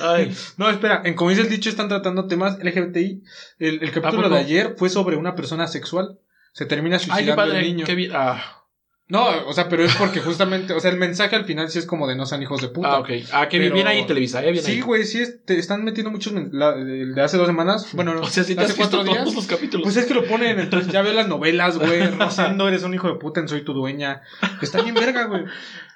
[SPEAKER 2] Ay,
[SPEAKER 1] No, espera, en como dice el dicho, están tratando temas LGBTI. El, el capítulo
[SPEAKER 2] poco?
[SPEAKER 1] de ayer fue sobre una persona sexual. Se termina
[SPEAKER 2] ay, qué
[SPEAKER 1] suicidando el
[SPEAKER 2] padre.
[SPEAKER 1] niño.
[SPEAKER 2] Qué bien. Ah,
[SPEAKER 1] No, o sea, pero es porque justamente, o sea, el mensaje al final sí es como de no sean hijos de puta.
[SPEAKER 2] ah, ok. Ah, qué bien.
[SPEAKER 1] Pero-
[SPEAKER 2] Bien ahí, Televisa. Eh, bien
[SPEAKER 1] Sí,
[SPEAKER 2] ahí.
[SPEAKER 1] güey, sí, es- te están metiendo muchos. men- la- el de hace dos semanas. Bueno, no.
[SPEAKER 2] O sea, si te
[SPEAKER 1] hace
[SPEAKER 2] has visto
[SPEAKER 1] cuatro días.
[SPEAKER 2] todos los capítulos.
[SPEAKER 1] Pues es que lo ponen, entonces ya veo las novelas, güey. Rosendo, eres un hijo de puta en Soy tu dueña. Está bien verga, güey.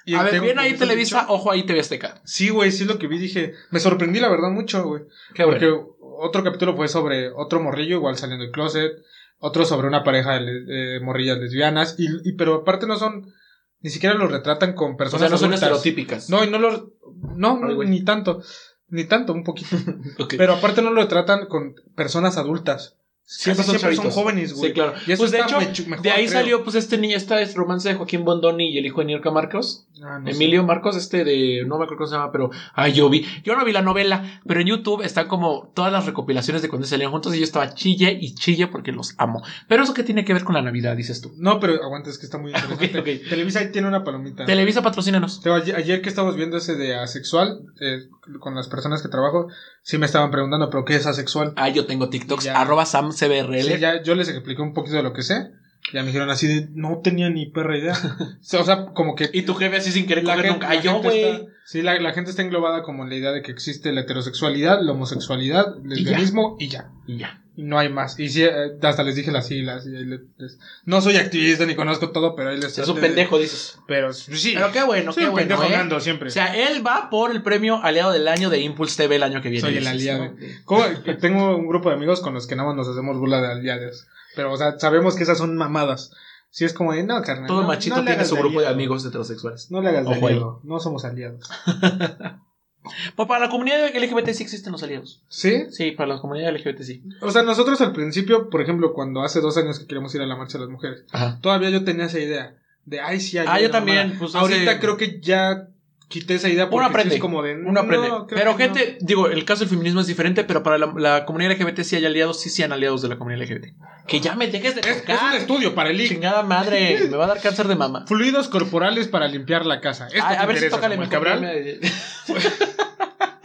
[SPEAKER 1] Y
[SPEAKER 2] a ver,
[SPEAKER 1] tengo-
[SPEAKER 2] bien ahí
[SPEAKER 1] como dice el
[SPEAKER 2] Televisa,
[SPEAKER 1] dicho-
[SPEAKER 2] ojo ahí TV Azteca.
[SPEAKER 1] Sí, güey, sí es lo que vi, dije. Me sorprendí, la verdad, mucho, güey.
[SPEAKER 2] Qué bueno.
[SPEAKER 1] Porque otro capítulo fue sobre otro morrillo, igual saliendo del closet. Otro sobre una pareja de le- eh, morrillas lesbianas. Y, y- pero aparte no son. Ni siquiera los retratan con
[SPEAKER 2] O
[SPEAKER 1] personas.
[SPEAKER 2] sea, no son
[SPEAKER 1] adultas.
[SPEAKER 2] estereotípicas.
[SPEAKER 1] No, y no los. No, no,
[SPEAKER 2] Ay, güey.
[SPEAKER 1] ni tanto. Ni tanto, un poquito.
[SPEAKER 2] Ok.
[SPEAKER 1] Pero aparte no lo tratan con personas adultas. Siempre,
[SPEAKER 2] son
[SPEAKER 1] siempre son
[SPEAKER 2] chavitos.
[SPEAKER 1] jóvenes, güey.
[SPEAKER 2] Sí, claro.
[SPEAKER 1] Y eso
[SPEAKER 2] Pues de
[SPEAKER 1] está
[SPEAKER 2] hecho,
[SPEAKER 1] mechu- mejor,
[SPEAKER 2] de ahí
[SPEAKER 1] creo.
[SPEAKER 2] salió pues este niño, este es romance de Joaquín Bondoni y el hijo de Niurka Marcos.
[SPEAKER 1] Ah, no sé.
[SPEAKER 2] Emilio Marcos, este de, no me acuerdo cómo se llama, pero, ay, yo vi, yo no vi la novela, pero en YouTube están como todas las recopilaciones de cuando salieron juntos y yo estaba chille y chille porque los amo. Pero eso que tiene que ver con la Navidad, dices tú.
[SPEAKER 1] No, pero aguanta, es que está muy interesante.
[SPEAKER 2] ok.
[SPEAKER 1] Televisa ahí tiene una palomita.
[SPEAKER 2] Televisa, patrocínanos.
[SPEAKER 1] Te- ayer, ayer que estábamos viendo ese de asexual, eh, con las personas que trabajo, sí me estaban preguntando, ¿pero qué es asexual?
[SPEAKER 2] Ah, yo tengo TikToks,
[SPEAKER 1] Ya.
[SPEAKER 2] arroba samcbrl.
[SPEAKER 1] Sí, ya, yo les expliqué un poquito de lo que sé. Ya me dijeron así de, no tenía ni perra idea. o sea, o sea, como que...
[SPEAKER 2] Y tu jefe así sin querer coger nunca. Ay, yo,
[SPEAKER 1] gente
[SPEAKER 2] güey.
[SPEAKER 1] está- Sí, la, la gente está englobada como en la idea de que existe la heterosexualidad, la homosexualidad, lesbianismo y ya.
[SPEAKER 2] Y ya.
[SPEAKER 1] Y no hay más. Y sí, eh, hasta les dije las siglas. y ahí les- les- no soy activista ni conozco todo, pero ahí les...
[SPEAKER 2] Es un pendejo, dices.
[SPEAKER 1] Pero sí.
[SPEAKER 2] Pero qué bueno,
[SPEAKER 1] soy
[SPEAKER 2] qué
[SPEAKER 1] un
[SPEAKER 2] bueno.
[SPEAKER 1] pendejo
[SPEAKER 2] ¿eh?
[SPEAKER 1] gando siempre.
[SPEAKER 2] O sea, él va por el premio aliado del año de Impulse TV el año que viene.
[SPEAKER 1] Soy el
[SPEAKER 2] dices,
[SPEAKER 1] aliado.
[SPEAKER 2] ¿no?
[SPEAKER 1] ¿Cómo? Que Tengo un grupo de amigos con los que nada más nos hacemos burla de aliados. Pero, o sea, sabemos que esas son mamadas. Si es como de, no, carnal.
[SPEAKER 2] Todo
[SPEAKER 1] no-
[SPEAKER 2] machito
[SPEAKER 1] no le
[SPEAKER 2] tiene
[SPEAKER 1] hagas
[SPEAKER 2] su grupo de
[SPEAKER 1] aliado.
[SPEAKER 2] amigos heterosexuales.
[SPEAKER 1] No le hagas de
[SPEAKER 2] Ojo ahí.
[SPEAKER 1] aliado. No somos aliados.
[SPEAKER 2] Pues para la comunidad LGBT sí existen los aliados.
[SPEAKER 1] ¿Sí?
[SPEAKER 2] Sí, para la comunidad LGBT sí.
[SPEAKER 1] O sea, nosotros al principio, por ejemplo, cuando hace dos años que queremos ir a la marcha de las mujeres,
[SPEAKER 2] Ajá.
[SPEAKER 1] todavía yo tenía esa idea. De, ay, sí, hay
[SPEAKER 2] Ah, yo
[SPEAKER 1] una mamada".
[SPEAKER 2] también. Pues,
[SPEAKER 1] Ahorita
[SPEAKER 2] hace-
[SPEAKER 1] creo que ya quité esa idea
[SPEAKER 2] Uno
[SPEAKER 1] porque sí
[SPEAKER 2] aprende.
[SPEAKER 1] es como de.
[SPEAKER 2] Uno aprende.
[SPEAKER 1] "No, creo
[SPEAKER 2] pero
[SPEAKER 1] que no".
[SPEAKER 2] gente, digo, el caso del feminismo es diferente, pero para la, la comunidad LGBT sí hay aliados, sí sean aliados de la comunidad LGBT. Que ya me dejes de
[SPEAKER 1] Es, es un
[SPEAKER 2] tocar.
[SPEAKER 1] estudio para el IC.
[SPEAKER 2] Chingada madre, me va a dar cáncer de mama.
[SPEAKER 1] Fluidos corporales para limpiar la casa. Esto
[SPEAKER 2] Ay,
[SPEAKER 1] te
[SPEAKER 2] a ver si
[SPEAKER 1] interesa,
[SPEAKER 2] toca
[SPEAKER 1] Samuel Cabral.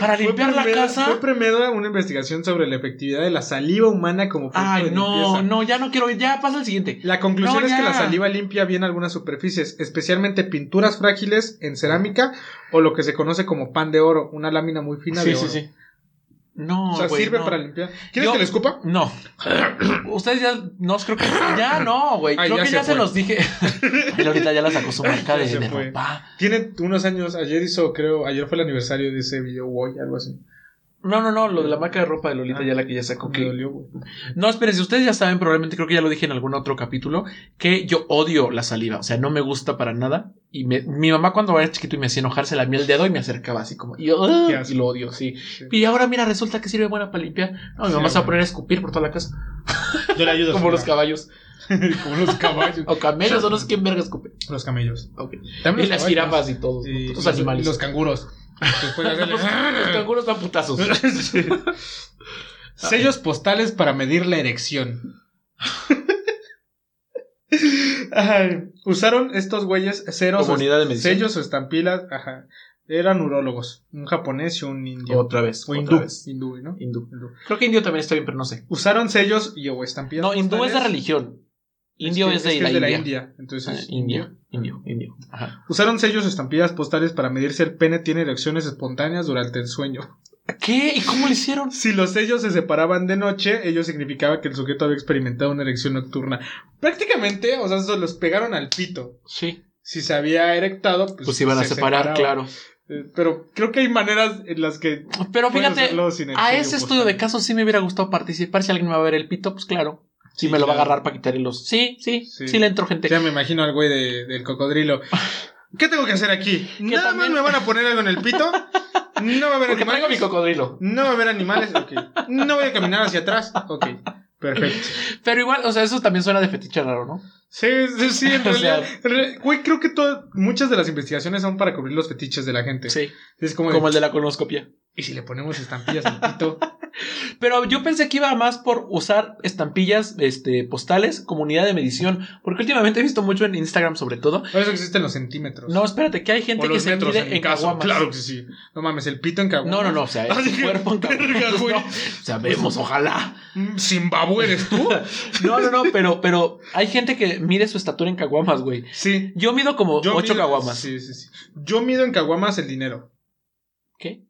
[SPEAKER 2] Para
[SPEAKER 1] Fue
[SPEAKER 2] limpiar la
[SPEAKER 1] primero-
[SPEAKER 2] casa.
[SPEAKER 1] Fue primero una investigación sobre la efectividad de la saliva humana como producto
[SPEAKER 2] Ay,
[SPEAKER 1] de
[SPEAKER 2] no,
[SPEAKER 1] limpieza.
[SPEAKER 2] no, ya no quiero ir. Ya pasa el siguiente.
[SPEAKER 1] La conclusión
[SPEAKER 2] No,
[SPEAKER 1] es que
[SPEAKER 2] ya.
[SPEAKER 1] la saliva limpia bien algunas superficies, especialmente pinturas frágiles en cerámica o lo que se conoce como pan de oro, una lámina muy fina de oro.
[SPEAKER 2] No,
[SPEAKER 1] O sea,
[SPEAKER 2] güey,
[SPEAKER 1] sirve
[SPEAKER 2] no.
[SPEAKER 1] para limpiar. ¿Quieres
[SPEAKER 2] Yo-
[SPEAKER 1] que le escupa?
[SPEAKER 2] No. Ustedes ya no creo que ya no, güey.
[SPEAKER 1] Ay,
[SPEAKER 2] Creo
[SPEAKER 1] ya
[SPEAKER 2] que
[SPEAKER 1] se
[SPEAKER 2] ya se
[SPEAKER 1] fue.
[SPEAKER 2] los dije. Ay, ahorita ya la sacó su marca de,
[SPEAKER 1] Ya se
[SPEAKER 2] de
[SPEAKER 1] fue.
[SPEAKER 2] ropa.
[SPEAKER 1] Tiene unos años, ayer hizo, creo, ayer fue el aniversario de ese video, boy, algo así.
[SPEAKER 2] No, no, no, lo de la marca de ropa de Lolita
[SPEAKER 1] Ah.
[SPEAKER 2] ya la que ya sacó.
[SPEAKER 1] Como
[SPEAKER 2] que-
[SPEAKER 1] que dolió, güey.
[SPEAKER 2] No, espérense, ustedes ya saben, probablemente creo que ya lo dije en algún otro capítulo, que yo odio la saliva, o sea, no me gusta para nada. Y me- mi mamá cuando era chiquito y me hacía enojar, se la mía el dedo y me acercaba así como, y, yo, "Ah",
[SPEAKER 1] Qué asco.
[SPEAKER 2] y lo odio, sí.
[SPEAKER 1] Sí.
[SPEAKER 2] Y ahora mira, resulta que sirve buena para limpiar. No, mi
[SPEAKER 1] Sí,
[SPEAKER 2] mamá se va a
[SPEAKER 1] güey.
[SPEAKER 2] poner a escupir por toda la casa,
[SPEAKER 1] Yo le ayudo.
[SPEAKER 2] como los caballos.
[SPEAKER 1] como los caballos.
[SPEAKER 2] O camellos, o no sé quién verga escupe.
[SPEAKER 1] Los camellos.
[SPEAKER 2] Ok.
[SPEAKER 1] También los
[SPEAKER 2] Y las
[SPEAKER 1] caballos.
[SPEAKER 2] jirafas y todos,
[SPEAKER 1] Y
[SPEAKER 2] los
[SPEAKER 1] los,
[SPEAKER 2] animales.
[SPEAKER 1] los canguros. Después de hacerle-
[SPEAKER 2] Los canguros dan putazos.
[SPEAKER 1] Sí. Sellos postales para medir la erección. Ay, usaron estos güeyes ceros o
[SPEAKER 2] Comunidad de medicina.
[SPEAKER 1] sellos o estampilas. Ajá. Eran urólogos. Un japonés y un indio.
[SPEAKER 2] Otra vez,
[SPEAKER 1] O
[SPEAKER 2] otra
[SPEAKER 1] hindú.
[SPEAKER 2] vez.
[SPEAKER 1] Hindú, ¿no?
[SPEAKER 2] Hindú.
[SPEAKER 1] Hindú.
[SPEAKER 2] Creo que indio también está bien, pero no sé.
[SPEAKER 1] Usaron sellos y o estampilas.
[SPEAKER 2] No, hindú es de
[SPEAKER 1] postales.
[SPEAKER 2] religión. Indio
[SPEAKER 1] que-
[SPEAKER 2] es, de,
[SPEAKER 1] que
[SPEAKER 2] la
[SPEAKER 1] es de la
[SPEAKER 2] India. Ah,
[SPEAKER 1] India. Entonces,
[SPEAKER 2] indio, indio, indio. Ajá.
[SPEAKER 1] Usaron sellos o estampillas postales para medir si el pene tiene erecciones espontáneas durante el sueño.
[SPEAKER 2] ¿Qué? ¿Y cómo lo hicieron?
[SPEAKER 1] Si los sellos se separaban de noche, ello significaba que el sujeto había experimentado una erección nocturna. Prácticamente, o sea, se los pegaron al pito.
[SPEAKER 2] Sí.
[SPEAKER 1] Si se había erectado, pues,
[SPEAKER 2] Pues, iban a
[SPEAKER 1] se
[SPEAKER 2] separar,
[SPEAKER 1] separaba.
[SPEAKER 2] claro.
[SPEAKER 1] Eh, Pero creo que hay maneras en las que
[SPEAKER 2] Pero
[SPEAKER 1] puedes
[SPEAKER 2] fíjate,
[SPEAKER 1] hacerlo sin el
[SPEAKER 2] a
[SPEAKER 1] sello
[SPEAKER 2] ese estudio
[SPEAKER 1] postal.
[SPEAKER 2] de casos sí me hubiera gustado participar. Si alguien me va a ver el pito, pues claro. Si
[SPEAKER 1] Sí,
[SPEAKER 2] me lo va a
[SPEAKER 1] claro.
[SPEAKER 2] agarrar para quitarle los. Sí, sí, sí,
[SPEAKER 1] Sí.
[SPEAKER 2] le entro gente.
[SPEAKER 1] Ya me imagino al güey de- del cocodrilo. ¿Qué tengo que hacer aquí? ¿Nada más
[SPEAKER 2] también-
[SPEAKER 1] me van a poner algo en el pito? ¿No va a haber
[SPEAKER 2] Porque traigo mi
[SPEAKER 1] animales?
[SPEAKER 2] cocodrilo.
[SPEAKER 1] No va a haber animales, ok. No voy a caminar hacia atrás, ok. Perfecto.
[SPEAKER 2] Pero igual, o sea, eso también suena de fetiche raro, ¿no?
[SPEAKER 1] Sí, sí, sí, en
[SPEAKER 2] O
[SPEAKER 1] realidad.
[SPEAKER 2] sea-
[SPEAKER 1] re- güey, creo que todo- muchas de las investigaciones son para cubrir los fetiches de la gente.
[SPEAKER 2] Sí.
[SPEAKER 1] Es como, de,
[SPEAKER 2] Como el de la colonoscopia.
[SPEAKER 1] ¿y si le ponemos estampillas al pito?
[SPEAKER 2] Pero yo pensé que iba más por usar estampillas este, postales como unidad de medición. Porque últimamente he visto mucho en Instagram, sobre todo.
[SPEAKER 1] Por eso existen los centímetros.
[SPEAKER 2] No, espérate, que hay
[SPEAKER 1] o
[SPEAKER 2] gente que
[SPEAKER 1] los
[SPEAKER 2] se
[SPEAKER 1] metros,
[SPEAKER 2] mide
[SPEAKER 1] en, mi
[SPEAKER 2] en
[SPEAKER 1] caso.
[SPEAKER 2] caguamas.
[SPEAKER 1] Claro que sí. No mames, el pito en caguamas.
[SPEAKER 2] No, no, no, o sea,
[SPEAKER 1] Así
[SPEAKER 2] el
[SPEAKER 1] que-
[SPEAKER 2] cuerpo en
[SPEAKER 1] Verga, güey.
[SPEAKER 2] no, sabemos, ojalá.
[SPEAKER 1] Mm, Zimbabue eres tú.
[SPEAKER 2] No, no, no, pero, pero hay gente que mide su estatura en caguamas, güey.
[SPEAKER 1] Sí.
[SPEAKER 2] Yo mido como
[SPEAKER 1] Yo
[SPEAKER 2] ocho
[SPEAKER 1] mido-
[SPEAKER 2] caguamas.
[SPEAKER 1] Sí, sí, sí. Yo mido en caguamas el dinero.
[SPEAKER 2] ¿Qué?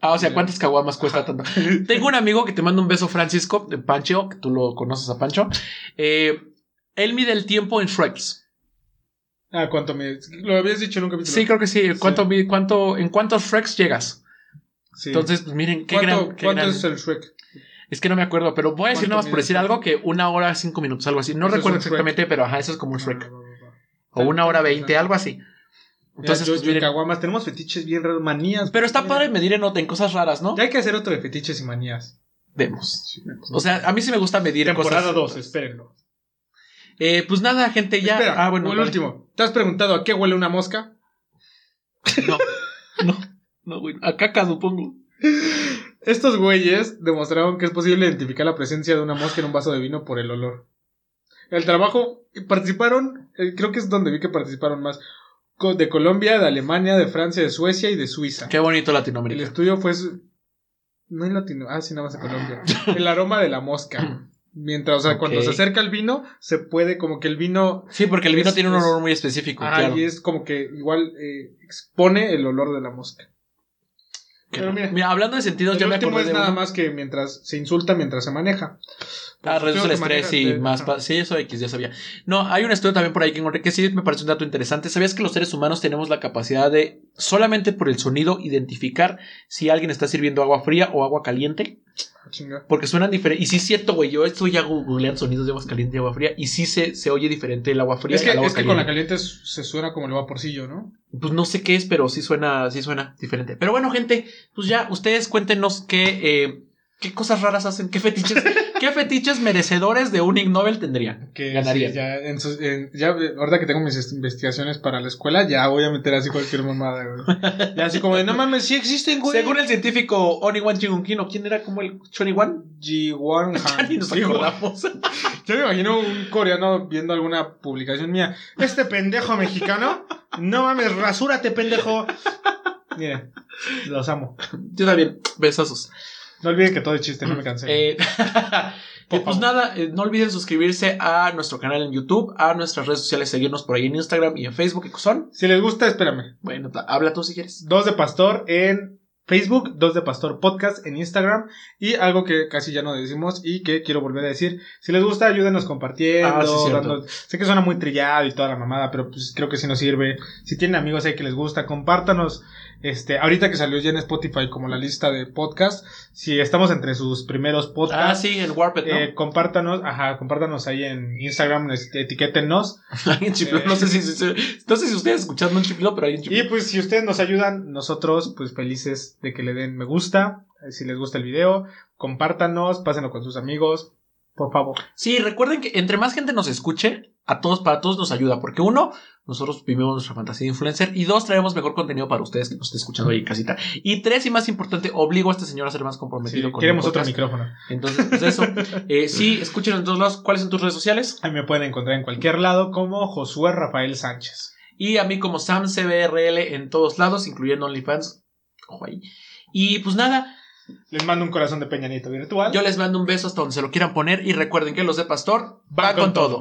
[SPEAKER 2] Ah, o sea, ¿cuántas caguamas cuesta tanto? Tengo un amigo que te manda un beso, Francisco, de Pancho, que tú lo conoces a Pancho. Eh, él mide el tiempo en shreks.
[SPEAKER 1] Ah, ¿cuánto me...? Lo habías dicho en un capítulo.
[SPEAKER 2] Sí, creo que sí. ¿Cuánto,
[SPEAKER 1] Sí.
[SPEAKER 2] mide- cuánto, ¿En cuántos shreks llegas?
[SPEAKER 1] Sí.
[SPEAKER 2] Entonces, pues miren, qué
[SPEAKER 1] ¿Cuánto,
[SPEAKER 2] gran... qué
[SPEAKER 1] cuánto
[SPEAKER 2] gran-
[SPEAKER 1] es el Shrek?
[SPEAKER 2] Es que no me acuerdo, pero voy a decir
[SPEAKER 1] ¿Cuánto
[SPEAKER 2] nada más por
[SPEAKER 1] mide?
[SPEAKER 2] decir algo que una hora, cinco minutos, algo así. No
[SPEAKER 1] Eso es
[SPEAKER 2] recuerdo
[SPEAKER 1] un Shrek.
[SPEAKER 2] exactamente, pero ajá, eso es como un
[SPEAKER 1] Ah,
[SPEAKER 2] Shrek.
[SPEAKER 1] va, va, va.
[SPEAKER 2] O una hora veinte, algo así.
[SPEAKER 1] Entonces,
[SPEAKER 2] Entonces, pues, miren.
[SPEAKER 1] caguamas. Tenemos fetiches bien raros, manías.
[SPEAKER 2] Pero está
[SPEAKER 1] güey.
[SPEAKER 2] padre medir en, en cosas raras, ¿no?
[SPEAKER 1] Ya hay que hacer otro de fetiches y manías.
[SPEAKER 2] Vemos. O sea, a mí sí me gusta medir
[SPEAKER 1] Temporada
[SPEAKER 2] cosas.
[SPEAKER 1] 2, espérenlo.
[SPEAKER 2] Eh, pues nada, gente, ya.
[SPEAKER 1] Espera,
[SPEAKER 2] ah, bueno.
[SPEAKER 1] el
[SPEAKER 2] vale.
[SPEAKER 1] último. ¿Te has preguntado a qué huele una mosca?
[SPEAKER 2] No, no, no, güey. A caca, supongo.
[SPEAKER 1] Estos güeyes demostraron que es posible identificar la presencia de una mosca en un vaso de vino por el olor. El trabajo participaron, eh, creo que es donde vi que participaron más, co- de Colombia, de Alemania, de Francia, de Suecia y de Suiza.
[SPEAKER 2] Qué bonito
[SPEAKER 1] El
[SPEAKER 2] Latinoamérica.
[SPEAKER 1] estudio fue... su- No en Latino... Ah, sí, nada más en Colombia. El aroma de la mosca. Mientras, o sea, cuando
[SPEAKER 2] Ok.
[SPEAKER 1] se acerca el vino, se puede como que el vino
[SPEAKER 2] Sí, porque el vino
[SPEAKER 1] Es-
[SPEAKER 2] tiene un
[SPEAKER 1] es-
[SPEAKER 2] olor muy específico,
[SPEAKER 1] Ah,
[SPEAKER 2] claro.
[SPEAKER 1] y es como que igual eh, expone el olor de la mosca.
[SPEAKER 2] Qué
[SPEAKER 1] pero
[SPEAKER 2] raro.
[SPEAKER 1] mira,
[SPEAKER 2] mira, hablando de sentidos,
[SPEAKER 1] el
[SPEAKER 2] yo me
[SPEAKER 1] último
[SPEAKER 2] acordé
[SPEAKER 1] es
[SPEAKER 2] de
[SPEAKER 1] nada
[SPEAKER 2] uno.
[SPEAKER 1] más que mientras se insulta mientras se maneja.
[SPEAKER 2] Ah, reduce el
[SPEAKER 1] Creo que
[SPEAKER 2] estrés y
[SPEAKER 1] maneja- de-
[SPEAKER 2] más...
[SPEAKER 1] ajá.
[SPEAKER 2] pa- sí, eso X, ya sabía. No, hay un estudio también por ahí que encontré que sí me parece un dato interesante. ¿Sabías que los seres humanos tenemos la capacidad de, solamente por el sonido, identificar si alguien está sirviendo agua fría o agua caliente?
[SPEAKER 1] Ah, chinga.
[SPEAKER 2] Porque suenan diferente. Y sí es cierto, güey. Yo estoy ya gu- googleando sonidos de agua caliente y agua fría. Y sí se, se oye diferente el agua fría
[SPEAKER 1] Es que,
[SPEAKER 2] al agua
[SPEAKER 1] es que con la
[SPEAKER 2] caliente.
[SPEAKER 1] caliente s- se suena como el vaporcillo, ¿no?
[SPEAKER 2] Pues no sé qué es, pero sí suena, sí suena diferente. Pero bueno, gente, pues ya ustedes cuéntenos qué, eh, ¿Qué cosas raras hacen? ¿Qué fetiches, ¿qué fetiches merecedores de un Ig Nobel tendrían?
[SPEAKER 1] Que
[SPEAKER 2] Ganaría.
[SPEAKER 1] sí, ya, en sus- en- ya, eh, ahorita que tengo mis est- investigaciones para la escuela, ya voy a meter así cualquier mamada, güey. Ya así como de, no mames, sí existen, güey.
[SPEAKER 2] Según el científico Oniwan Chingunkino, ¿quién era como el Choniwan?
[SPEAKER 1] Jiwan
[SPEAKER 2] Ya
[SPEAKER 1] Han.
[SPEAKER 2] ni nos
[SPEAKER 1] Ah, Sí, güey.
[SPEAKER 2] acordamos.
[SPEAKER 1] Yo me imagino un coreano viendo alguna publicación mía. Este pendejo mexicano. No mames, rasúrate, pendejo. Mira, los amo.
[SPEAKER 2] Yo también. Besazos.
[SPEAKER 1] No olviden que todo es chiste, no me cansé.
[SPEAKER 2] Eh, eh, pues nada, eh, no olviden suscribirse a nuestro canal en YouTube, a nuestras redes sociales, seguirnos por ahí en Instagram y en Facebook. ¿Qué son?
[SPEAKER 1] Si les gusta, espérame.
[SPEAKER 2] Bueno, ta- habla tú si quieres.
[SPEAKER 1] Dos de Pastor en Facebook, Dos de Pastor Podcast en Instagram. Y algo que casi ya no decimos y que quiero volver a decir. Si les gusta, ayúdenos compartiendo.
[SPEAKER 2] Ah, sí, cierto.
[SPEAKER 1] dando- Sé que suena muy trillado y toda la mamada, pero pues creo que sí nos sirve. Si tienen amigos ahí que les gusta, compártanos. Este, ahorita que salió ya en Spotify como la lista de podcast, si estamos entre sus primeros
[SPEAKER 2] Ah,
[SPEAKER 1] podcasts.
[SPEAKER 2] sí, el Warped, ¿no?
[SPEAKER 1] eh, compártanos, ajá, compártanos ahí en Instagram, este, etiquétennos.
[SPEAKER 2] Alguien chifló, no sé si, si- si- no sé si ustedes escucharon un chifló, pero alguien chifló.
[SPEAKER 1] Eh. Y pues si ustedes nos ayudan, nosotros pues felices de que le den me gusta, eh, si les gusta el video, compártanos, pásenlo con sus amigos, por favor.
[SPEAKER 2] Sí, recuerden que entre más gente nos escuche, a todos, para todos nos ayuda, porque uno, nosotros vivimos nuestra fantasía de influencer, y dos, traemos mejor contenido para ustedes que nos estén escuchando ahí en casita. Y tres, y más importante, obligo a este señor a ser más
[SPEAKER 1] Sí,
[SPEAKER 2] comprometido con
[SPEAKER 1] queremos
[SPEAKER 2] el
[SPEAKER 1] otro
[SPEAKER 2] podcast.
[SPEAKER 1] micrófono.
[SPEAKER 2] Entonces, pues eso. Eh, sí, escuchen en todos lados cuáles son tus redes sociales.
[SPEAKER 1] Ahí me pueden encontrar en cualquier lado como Josué Rafael Sánchez.
[SPEAKER 2] Y a mí como SamCBRL en todos lados, incluyendo OnlyFans. Ojo ahí. Y pues nada,
[SPEAKER 1] Les mando un corazón de peñanito virtual.
[SPEAKER 2] yo les mando un beso hasta donde se lo quieran poner y recuerden que los de Pastor
[SPEAKER 1] Van
[SPEAKER 2] van
[SPEAKER 1] con
[SPEAKER 2] con todo.